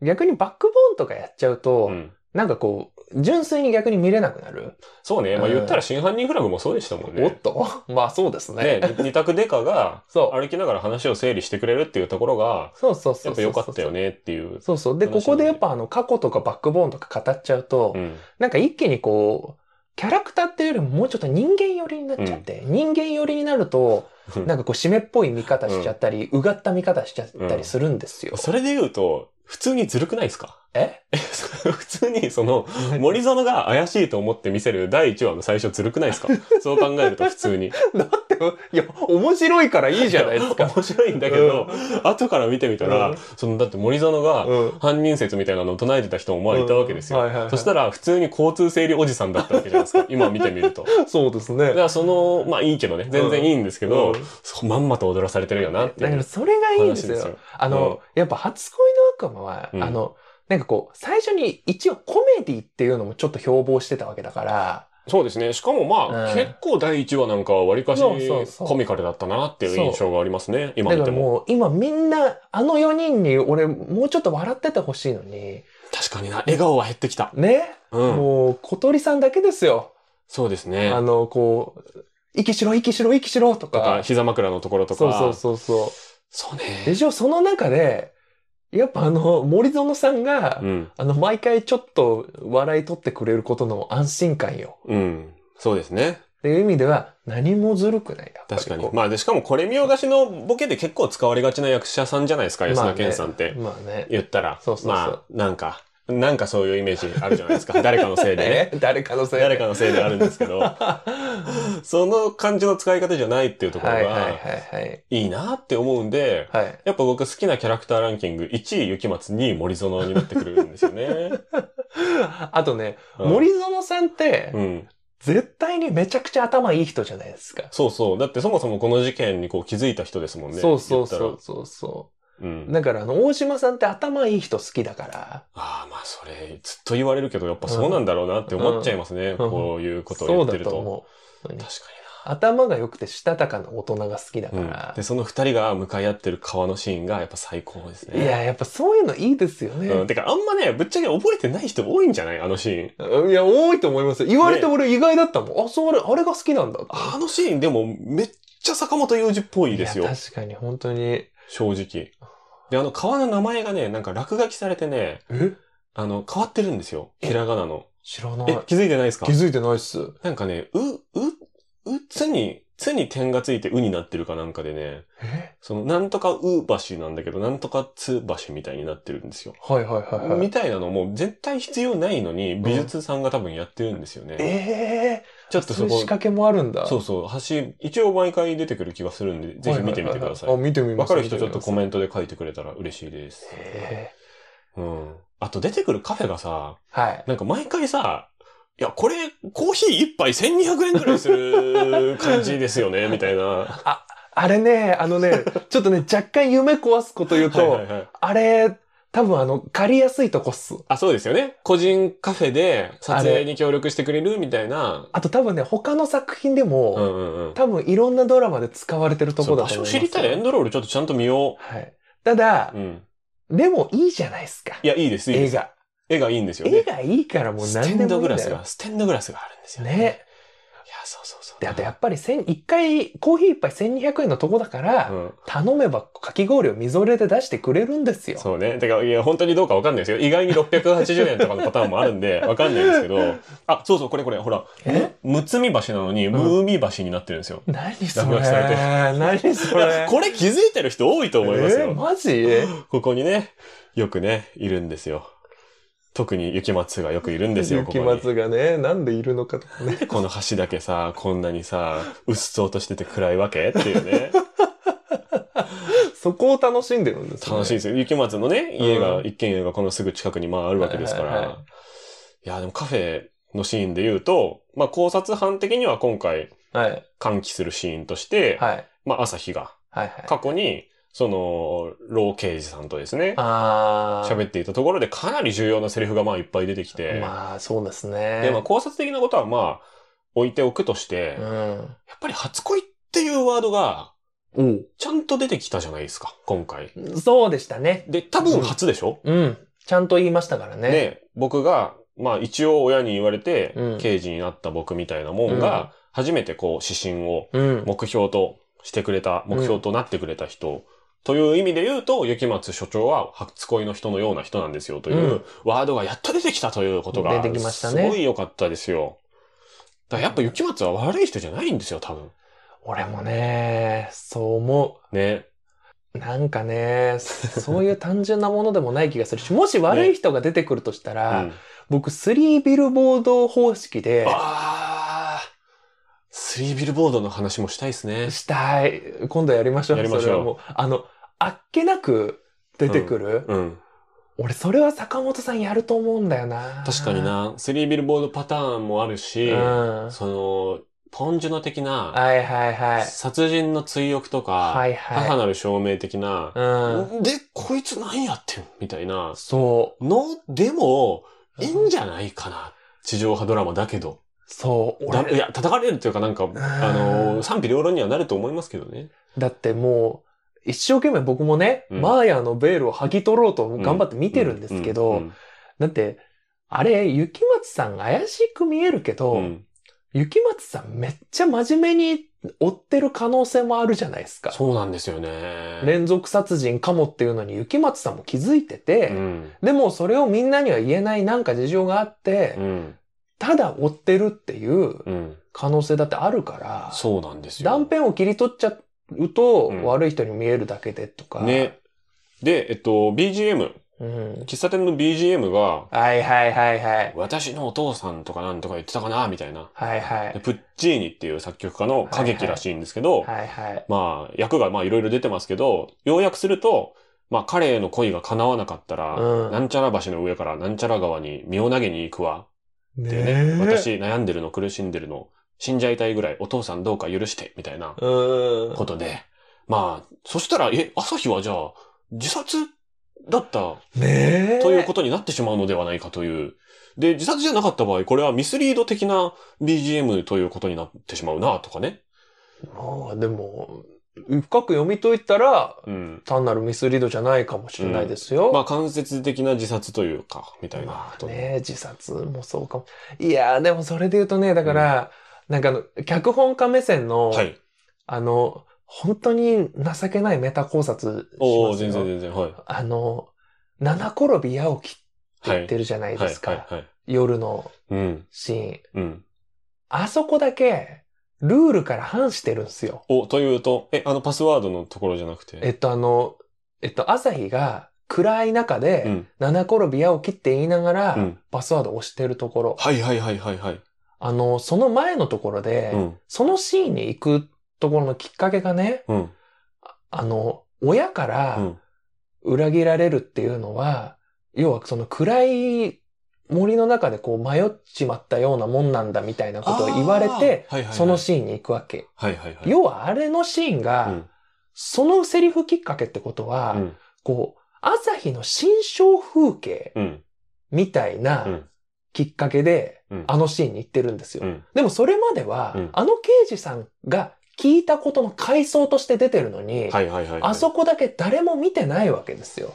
Speaker 3: う、逆にバックボーンとかやっちゃうと、
Speaker 2: うん
Speaker 3: なんかこう、純粋に逆に見れなくなる。
Speaker 2: そうね、まあ
Speaker 3: うん
Speaker 2: 言ったら真犯人フラグもそうでしたもん
Speaker 3: おっ
Speaker 2: ね。
Speaker 3: と まあそうですね。
Speaker 2: ね、に二択デカが
Speaker 3: そう。
Speaker 2: 歩きながら話を整理してくれるっていうところが、
Speaker 3: そうそうそうそう。
Speaker 2: やっぱ良かったよ。ねっていう。
Speaker 3: そうそう。で、
Speaker 2: 楽
Speaker 3: こ
Speaker 2: しみ
Speaker 3: こでやっぱあの過去とかバックボーンとか語っちゃうと、
Speaker 2: うん
Speaker 3: なんか一気にこう、キャラクターっていうよりももうちょっと人間寄りになっちゃって、人間寄りになると、なんかこう締めっぽい見方しちゃったり、うがった見方しちゃったりするんですよ。
Speaker 2: それで言うと、普通にずるくないですか
Speaker 3: え
Speaker 2: 普通にその、森園が怪しいと思って見せる第1話の最初ずるくないです かそう考えると普通に。
Speaker 3: だって、 いや、面白いからいいじゃないですか。
Speaker 2: 面白いんだけど、後から見てみたら、
Speaker 3: うん
Speaker 2: そのだって森園が
Speaker 3: うん、うん。
Speaker 2: 犯人説みたいなのを唱えてた人もまあいたわけですよ。
Speaker 3: はいはいはい
Speaker 2: そしたら普通に交通整理おじさんだったわけじゃないです か。今見てみると。
Speaker 3: そうです
Speaker 2: だ
Speaker 3: ね
Speaker 2: か。らその、まあいいけどね、全然いいんですけど、
Speaker 3: うん
Speaker 2: そうまんまと踊らされてるよなって
Speaker 3: だ
Speaker 2: い
Speaker 3: か
Speaker 2: う
Speaker 3: らそれがいいんで
Speaker 2: 話
Speaker 3: す
Speaker 2: です
Speaker 3: よ
Speaker 2: よ。。
Speaker 3: あの、やっぱ初恋の悪魔は、
Speaker 2: うん
Speaker 3: あの、なんかこう、最初に一応コメディっていうのもちょっと標榜してたわけだから、
Speaker 2: そうですね。しかもまあ、
Speaker 3: うん
Speaker 2: 結構第1話なんかはわりかし
Speaker 3: そうそうそう
Speaker 2: コミカルだったなっていう印象がありますね。今
Speaker 3: だ
Speaker 2: 見
Speaker 3: か
Speaker 2: て
Speaker 3: ら
Speaker 2: も。
Speaker 3: もう今みんな、あの4人に俺もうちょっと笑っててほしいのに、
Speaker 2: 確かにな、笑顔は減ってきた。
Speaker 3: ね、
Speaker 2: うん。
Speaker 3: もう小鳥さんだけですよ。
Speaker 2: そうです
Speaker 3: あ
Speaker 2: ね。
Speaker 3: の、こう、息しろ、息しろ、息しろと
Speaker 2: とか、
Speaker 3: か。
Speaker 2: 膝枕のところとか。
Speaker 3: そうそうそうそ
Speaker 2: そ
Speaker 3: う。
Speaker 2: う
Speaker 3: で
Speaker 2: ね。
Speaker 3: しょ、その中で、やっぱあの、森園さんが、
Speaker 2: うん。
Speaker 3: あの、毎回ちょっと笑い取ってくれることの安心感よ。
Speaker 2: うん。そうですね。
Speaker 3: っていう意味では、何もずるくない。やっぱり
Speaker 2: 確かに
Speaker 3: こ。う
Speaker 2: まあ、で、しかもこれ見よがしのボケで結構使われがちな役者さんじゃないですか、安
Speaker 3: まあ
Speaker 2: 田
Speaker 3: ね
Speaker 2: 健さんって。
Speaker 3: まあね。
Speaker 2: 言ったら。
Speaker 3: そうそうそう
Speaker 2: まあ、なんか、なんかそういうイメージあるじゃないですか。 誰かのせいでね。
Speaker 3: え誰かのせいで。
Speaker 2: 誰かのせいであるんですけ ど、その感じの使い方じゃないっていうところ
Speaker 3: はいはいはい
Speaker 2: が、
Speaker 3: はい。
Speaker 2: いいなって思うんで、
Speaker 3: はい。
Speaker 2: やっぱ僕好きなキャラクターランキング1位雪松2位森園になってくるんですよ ね。
Speaker 3: あとね、
Speaker 2: うん
Speaker 3: 森園さんって
Speaker 2: う、ん。
Speaker 3: 絶対にめちゃくちゃ頭いい人じゃないですか。
Speaker 2: そうそう。だってそもそもこの事件にこう気づいた人ですもんね。
Speaker 3: そうそうそ
Speaker 2: 言っ
Speaker 3: うそうそ
Speaker 2: たら。うん
Speaker 3: う。。だから、あの、大島さんって頭いい人好きだから、
Speaker 2: ああ、まあそれ、ずっと言われるけど、やっぱそうなんだろうなって思っちゃいますね。
Speaker 3: うん
Speaker 2: こういうことを
Speaker 3: そ
Speaker 2: 言
Speaker 3: う
Speaker 2: って
Speaker 3: だ
Speaker 2: る
Speaker 3: と
Speaker 2: と。
Speaker 3: 思う。本当に
Speaker 2: 確か
Speaker 3: 頭が良くてしたたかな大人が好きだか
Speaker 2: にな。う
Speaker 3: ら
Speaker 2: ん。で、。その二人が向かい合ってる川のシーンがやっぱ最高ですね。
Speaker 3: いや、やっぱそういうのいいですよね。
Speaker 2: うん、てか、あんまね、ぶっちゃけ覚えてない人多いんじゃないあのシーン。
Speaker 3: いや、多いと思いますよ。言われて俺意外だったもん。あ、そう、あれ、あれが好きなんだって。
Speaker 2: あのシーンでもめっちゃ坂本雄二っぽいですよ
Speaker 3: いや。確かに、本当に。え
Speaker 2: 正直。で、あの川の名前がね、なんか落書きされてね、あの、変わってるんですよ。ひらがなの。
Speaker 3: 知らな
Speaker 2: え
Speaker 3: い、。
Speaker 2: 気づいてないですか
Speaker 3: 気づいてないっす。
Speaker 2: なんかね、う、う、う、つに、つに点がついてうになってるかなんかでね、
Speaker 3: え
Speaker 2: その、なんとかう橋なんだけど、なんとかつ橋みたいになってるんですよ。
Speaker 3: はいはいはいはい。
Speaker 2: みたいなのも絶対必要ないのに、美術さんが多分やってるんですよね。
Speaker 3: ええ
Speaker 2: ちょっと
Speaker 3: そう
Speaker 2: そう
Speaker 3: い
Speaker 2: こ
Speaker 3: 仕、掛けもあるんだ。
Speaker 2: そうそう、橋、一応毎回出てくる気がするんで、ぜひ見てみてくださ。
Speaker 3: ははいはあ、見てみま
Speaker 2: わ
Speaker 3: す。
Speaker 2: かる人ちょっとコ
Speaker 3: ン
Speaker 2: メントで書いてくれたら嬉しいです。
Speaker 3: へえ。
Speaker 2: うん。あと出てくるカフェがさ、
Speaker 3: はい。
Speaker 2: なんか毎回さ、いや、これ、コーヒー一杯1200円くらいする感じですよ ね、みたいな。
Speaker 3: あれね、あのね、 ちょっとね、若干夢壊すこと言うと、
Speaker 2: はいはいはい
Speaker 3: あれ、多分あの、借りやすいとこっす。
Speaker 2: あ、そうですよね。個人カフェで撮影に協力してくれるみたいな。
Speaker 3: あと多分ね、他の作品でも、
Speaker 2: うんうんうん。
Speaker 3: 多分いろんなドラマで使われてると
Speaker 2: そ
Speaker 3: こ
Speaker 2: う
Speaker 3: だ
Speaker 2: 場
Speaker 3: と
Speaker 2: 所
Speaker 3: 思い
Speaker 2: 知
Speaker 3: ます。
Speaker 2: りたいエンドロールちょっとちゃんと見よ
Speaker 3: はい。ただ
Speaker 2: う。う、ん。
Speaker 3: でもいいじゃないですか。
Speaker 2: いや、いいです、いいで
Speaker 3: 映
Speaker 2: す。
Speaker 3: 画。
Speaker 2: 絵がいいんですよ
Speaker 3: 絵
Speaker 2: ね。
Speaker 3: がいいからもう
Speaker 2: ステ
Speaker 3: 何で
Speaker 2: ンド
Speaker 3: もい
Speaker 2: グラ
Speaker 3: いんだ
Speaker 2: ス
Speaker 3: よ
Speaker 2: が、。ステンドグラスがあるんですよね。
Speaker 3: ね。
Speaker 2: いや、そうそうそう。
Speaker 3: で、あとやっぱり千、一回、コーヒー一杯1200円のとこだから、
Speaker 2: うん、
Speaker 3: 頼めばかき氷をみぞれで出してくれるんですよ。
Speaker 2: そうね。てか、いや、本当にどうかわかんないですよ。意外に680円とかのパターンもあるんで、わかんないんですけど。あ、そうそう、これこれ、ほら、
Speaker 3: え
Speaker 2: むつみ橋なのに、
Speaker 3: ん
Speaker 2: ムーミー橋になってるんですよ。
Speaker 3: 何そ
Speaker 2: 落
Speaker 3: れ
Speaker 2: 書きされて
Speaker 3: 何そ
Speaker 2: いや
Speaker 3: れ
Speaker 2: これ気づいてる人多いと思います
Speaker 3: えー
Speaker 2: よ。
Speaker 3: マジ
Speaker 2: ここにね、よくね、いるんですよ。特に雪松がよくいるんですよ、ここ
Speaker 3: 雪
Speaker 2: に。
Speaker 3: 松がね、なんでいるのかと かね。
Speaker 2: この橋だけさ、こんなにさ、うっそうとしてて暗いわけっていう ね。
Speaker 3: そこを楽しんでるんですね。
Speaker 2: 楽しいですよ。雪松のね、家が、
Speaker 3: うん
Speaker 2: 一軒家がこのすぐ近くにまああるわけですから。
Speaker 3: はいいはいはい
Speaker 2: や、でもカフェのシーンで言うと、まあ考察班的には今回、
Speaker 3: はい。
Speaker 2: 歓喜するシーンとして、
Speaker 3: はい。はい
Speaker 2: まあ朝日が、
Speaker 3: はい。
Speaker 2: 過去に、その、老刑事さんとですね、
Speaker 3: あー。
Speaker 2: 喋っていたところでかなり重要なセリフがまあいっぱい出てきて、
Speaker 3: まあ、そうですね。
Speaker 2: で、まあ考察的なことはまあ、置いておくとして、やっ
Speaker 3: うん。
Speaker 2: ぱり初恋っていうワードが、
Speaker 3: お
Speaker 2: ちゃんと出てきたじゃないですか、今回。
Speaker 3: そうでしたね。
Speaker 2: で、多分初でしょ、
Speaker 3: うん。ちゃんと言いましたからね。
Speaker 2: で、僕が、まあ一応親に言われて
Speaker 3: う、ん
Speaker 2: 刑事になった僕みたいなもん
Speaker 3: うん
Speaker 2: が、初めてこう指針を
Speaker 3: うん。
Speaker 2: 目標としてくれた、目標となってくれた人、という意味で言うと、雪松所長は初恋の人のような人なんですよという、
Speaker 3: うん
Speaker 2: ワードがやっと出てきたということが、
Speaker 3: 出てきました
Speaker 2: す
Speaker 3: ね
Speaker 2: ごい良かったですよ。だからやっぱ雪松は悪い人じゃないんですよ、多分。
Speaker 3: 俺もね、そう思
Speaker 2: ね。
Speaker 3: う。なんかね、そういう単純なものでもない気がするし、もし悪い人が出てくるとした
Speaker 2: う
Speaker 3: ら、
Speaker 2: ん、
Speaker 3: 僕、スリービルボード方式で、
Speaker 2: あー、スリービルボードの話もしたいですね。
Speaker 3: したい。今度やりましょう。
Speaker 2: やりましょう
Speaker 3: それはもう。あの、あっけなく出てくる。
Speaker 2: うん。
Speaker 3: 俺、それは坂本さんやると思うんだよな。
Speaker 2: 確かに。な、スリービルボードパターンもある
Speaker 3: う
Speaker 2: し、
Speaker 3: ん。
Speaker 2: その、ポンジュノ的な、
Speaker 3: はいはいはい。
Speaker 2: 殺人の追憶とか、
Speaker 3: はいはい。
Speaker 2: 母なる証明的な、
Speaker 3: うん。
Speaker 2: で、こいつ何やってんみたいな
Speaker 3: そう。
Speaker 2: の、でも、
Speaker 3: うん
Speaker 2: いいんじゃないかな。地上波ドラマだけど。
Speaker 3: そう。
Speaker 2: だい
Speaker 3: 俺、
Speaker 2: や、叩かれるというかなんか、あの、賛否両論にはなると思いますけどね。
Speaker 3: だってもう、一生懸命僕もね、
Speaker 2: うん
Speaker 3: マーヤのベールを剥ぎ取ろうと頑張って見てるんですけど、
Speaker 2: うん
Speaker 3: だって、あれ、雪松さん怪しく見えるけど、
Speaker 2: うんうん
Speaker 3: 雪松さんめっちゃ真面目に追ってる可能性もあるじゃないですか。
Speaker 2: そうなんですよね。
Speaker 3: 連続殺人かもっていうのに雪松さんも気づいてて、
Speaker 2: うん。
Speaker 3: でもそれをみんなには言えないなんか事情があって、
Speaker 2: うん。
Speaker 3: ただ追ってるっていう
Speaker 2: うん。
Speaker 3: 可能性だってあるから、
Speaker 2: そうなんですよ。
Speaker 3: 断片を切り取っちゃうと、
Speaker 2: うん
Speaker 3: 悪い人に見えるだけでとか。
Speaker 2: ね。で、えっと、BGM。
Speaker 3: うん。
Speaker 2: 喫茶店の BGM が、
Speaker 3: はいはいはいはい。
Speaker 2: 私のお父さんとかなんとか言ってたかなみたいな。
Speaker 3: はいはい
Speaker 2: で。プッチーニっていう作曲家の歌劇らしいんですけど、
Speaker 3: はいはい。
Speaker 2: まあ、役がまあいろいろ出てますけど、要約すると、まあ彼への恋が叶わなかったら、
Speaker 3: うん
Speaker 2: なんちゃら橋の上からなんちゃら川に身を投げに行くわ。っていう
Speaker 3: え
Speaker 2: ね、私悩んでるの苦しんでるの、死んじゃいたいぐらいお父さんどうか許して、みたいな
Speaker 3: うん。
Speaker 2: ことで。まあ、そしたら、え、朝日はじゃあ、自殺だった
Speaker 3: ねえ。
Speaker 2: ということになってしまうのではないかという。で、自殺じゃなかった場合、これはミスリード的な BGM ということになってしまうな、とかね。
Speaker 3: まあでも、深く読み解いたら、
Speaker 2: うん。
Speaker 3: 単なるミスリードじゃないかもしれないですよ。
Speaker 2: まあ、間接的な自殺というか、みたいな
Speaker 3: ま
Speaker 2: こ
Speaker 3: あ
Speaker 2: と。
Speaker 3: ね、自殺もそうかも。いやー、でもそれで言うとね、だから、なんかあの、脚本家目線の、
Speaker 2: はい。
Speaker 3: あの、本当に情けないメタ考察します
Speaker 2: お
Speaker 3: よ
Speaker 2: お全然全然。はい。
Speaker 3: あの、七転び八起きって
Speaker 2: は
Speaker 3: 言っ
Speaker 2: い。
Speaker 3: てるじゃない
Speaker 2: は
Speaker 3: で
Speaker 2: い
Speaker 3: す。か。
Speaker 2: はい。はい。
Speaker 3: 夜の
Speaker 2: うん。
Speaker 3: シーン。
Speaker 2: うん。
Speaker 3: あそこだけ、ルールから反してるんですよ。
Speaker 2: お、というと、え、あのパスワードのところじゃなくて。
Speaker 3: えっと、あの、えっと、朝日が暗い中で、
Speaker 2: うん。
Speaker 3: 七転び八起きって言いながら、
Speaker 2: うん
Speaker 3: パスワード押してるところ。
Speaker 2: はいはいはいはいはい。
Speaker 3: あの、その前のところで、
Speaker 2: うん。
Speaker 3: そのシーンに行くところのきっかけがね、
Speaker 2: うん。
Speaker 3: あの、親か
Speaker 2: う
Speaker 3: ら
Speaker 2: ん。
Speaker 3: 裏切られるっていうのは、要はその暗い森の中でこう迷っちまったようなもんなんだみたいなことを言われて、
Speaker 2: あー、はいはいはい
Speaker 3: そのシーンに行くわけ。
Speaker 2: はいはいはい。
Speaker 3: 要はあれのシーンが、
Speaker 2: うん
Speaker 3: そのセリフきっかけってことは、
Speaker 2: うん。
Speaker 3: こう、朝日の新章風景
Speaker 2: うん。
Speaker 3: みたいうなんきっかけで、
Speaker 2: うん
Speaker 3: あのシーンに行ってるんですよ。
Speaker 2: うん。
Speaker 3: でもそれまでは、
Speaker 2: うん
Speaker 3: あの刑事さんが聞いたことの回想として出てるのに、
Speaker 2: はいはいはいはい。
Speaker 3: あそこだけ誰も見てないわけですよ。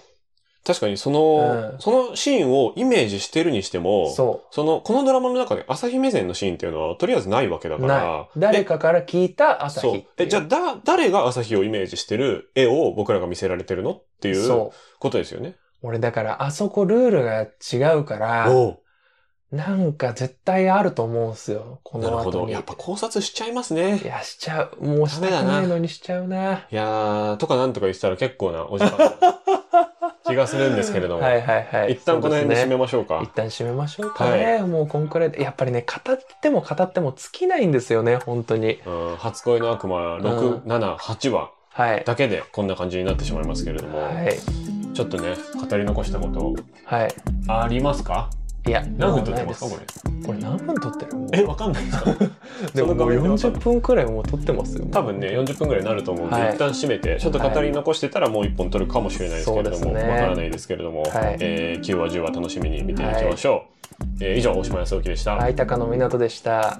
Speaker 2: 確かにその、
Speaker 3: うん
Speaker 2: そのシーンをイメージしてるにしても、
Speaker 3: そ
Speaker 2: その、このドラマの中で朝日目線のシーンっていうのは、とりあえずないわけだ
Speaker 3: う。
Speaker 2: か
Speaker 3: な
Speaker 2: ら。
Speaker 3: い。誰
Speaker 2: え
Speaker 3: かから聞いた朝日
Speaker 2: そ
Speaker 3: っ
Speaker 2: う。
Speaker 3: てい
Speaker 2: え、じゃあ、だ、誰が朝日をイメージしてる絵を僕らが見せられてるのっていう
Speaker 3: そ
Speaker 2: ことですよね。
Speaker 3: う。俺だからあそこルールが違うから、
Speaker 2: おう
Speaker 3: なんか絶対あると思うんすよ。こ
Speaker 2: なる
Speaker 3: の
Speaker 2: ほ
Speaker 3: 後
Speaker 2: ど。
Speaker 3: に。
Speaker 2: やっぱ考察しちゃいますね
Speaker 3: い。や、しちゃう。もうしたくないのにしちゃうな。
Speaker 2: いやー、とかなんとか言ってたら結構なお時間の 気がするんですけれども。
Speaker 3: はいはいはい。
Speaker 2: 一旦この辺で締めま
Speaker 3: まし
Speaker 2: しょうか。
Speaker 3: 一旦締めましょうかね。もうこんくらいで。やっぱりね、語っても語っても尽きないんですよね、本当に。
Speaker 2: うん、初恋の悪魔
Speaker 3: う
Speaker 2: 6、
Speaker 3: ん
Speaker 2: 7、8話
Speaker 3: はい。
Speaker 2: だけでこんな感じになってしまいますけれども、
Speaker 3: はい。
Speaker 2: ちょっとね、語り残したこと
Speaker 3: はい。
Speaker 2: ありますか
Speaker 3: いや、
Speaker 2: 何分
Speaker 3: もう
Speaker 2: 撮って
Speaker 3: ないで
Speaker 2: ますかこ
Speaker 3: これ何分撮ってるの
Speaker 2: れ。え、わかんないですか
Speaker 3: でももう
Speaker 2: その画面でわかん
Speaker 3: 40分くらいもう撮ってますよ。
Speaker 2: 多分ね、40分ぐらいになると思うんで、
Speaker 3: はい
Speaker 2: 一旦締めて、ちょっと語り残してたらもう1本撮るかもしれないですけれど
Speaker 3: そう
Speaker 2: も、わ、
Speaker 3: ですね
Speaker 2: からないですけれども、
Speaker 3: はい
Speaker 2: えー9話、10話楽しみに見ていきましょう。えー以上、大島康之でした。
Speaker 3: はい、高野湊でした。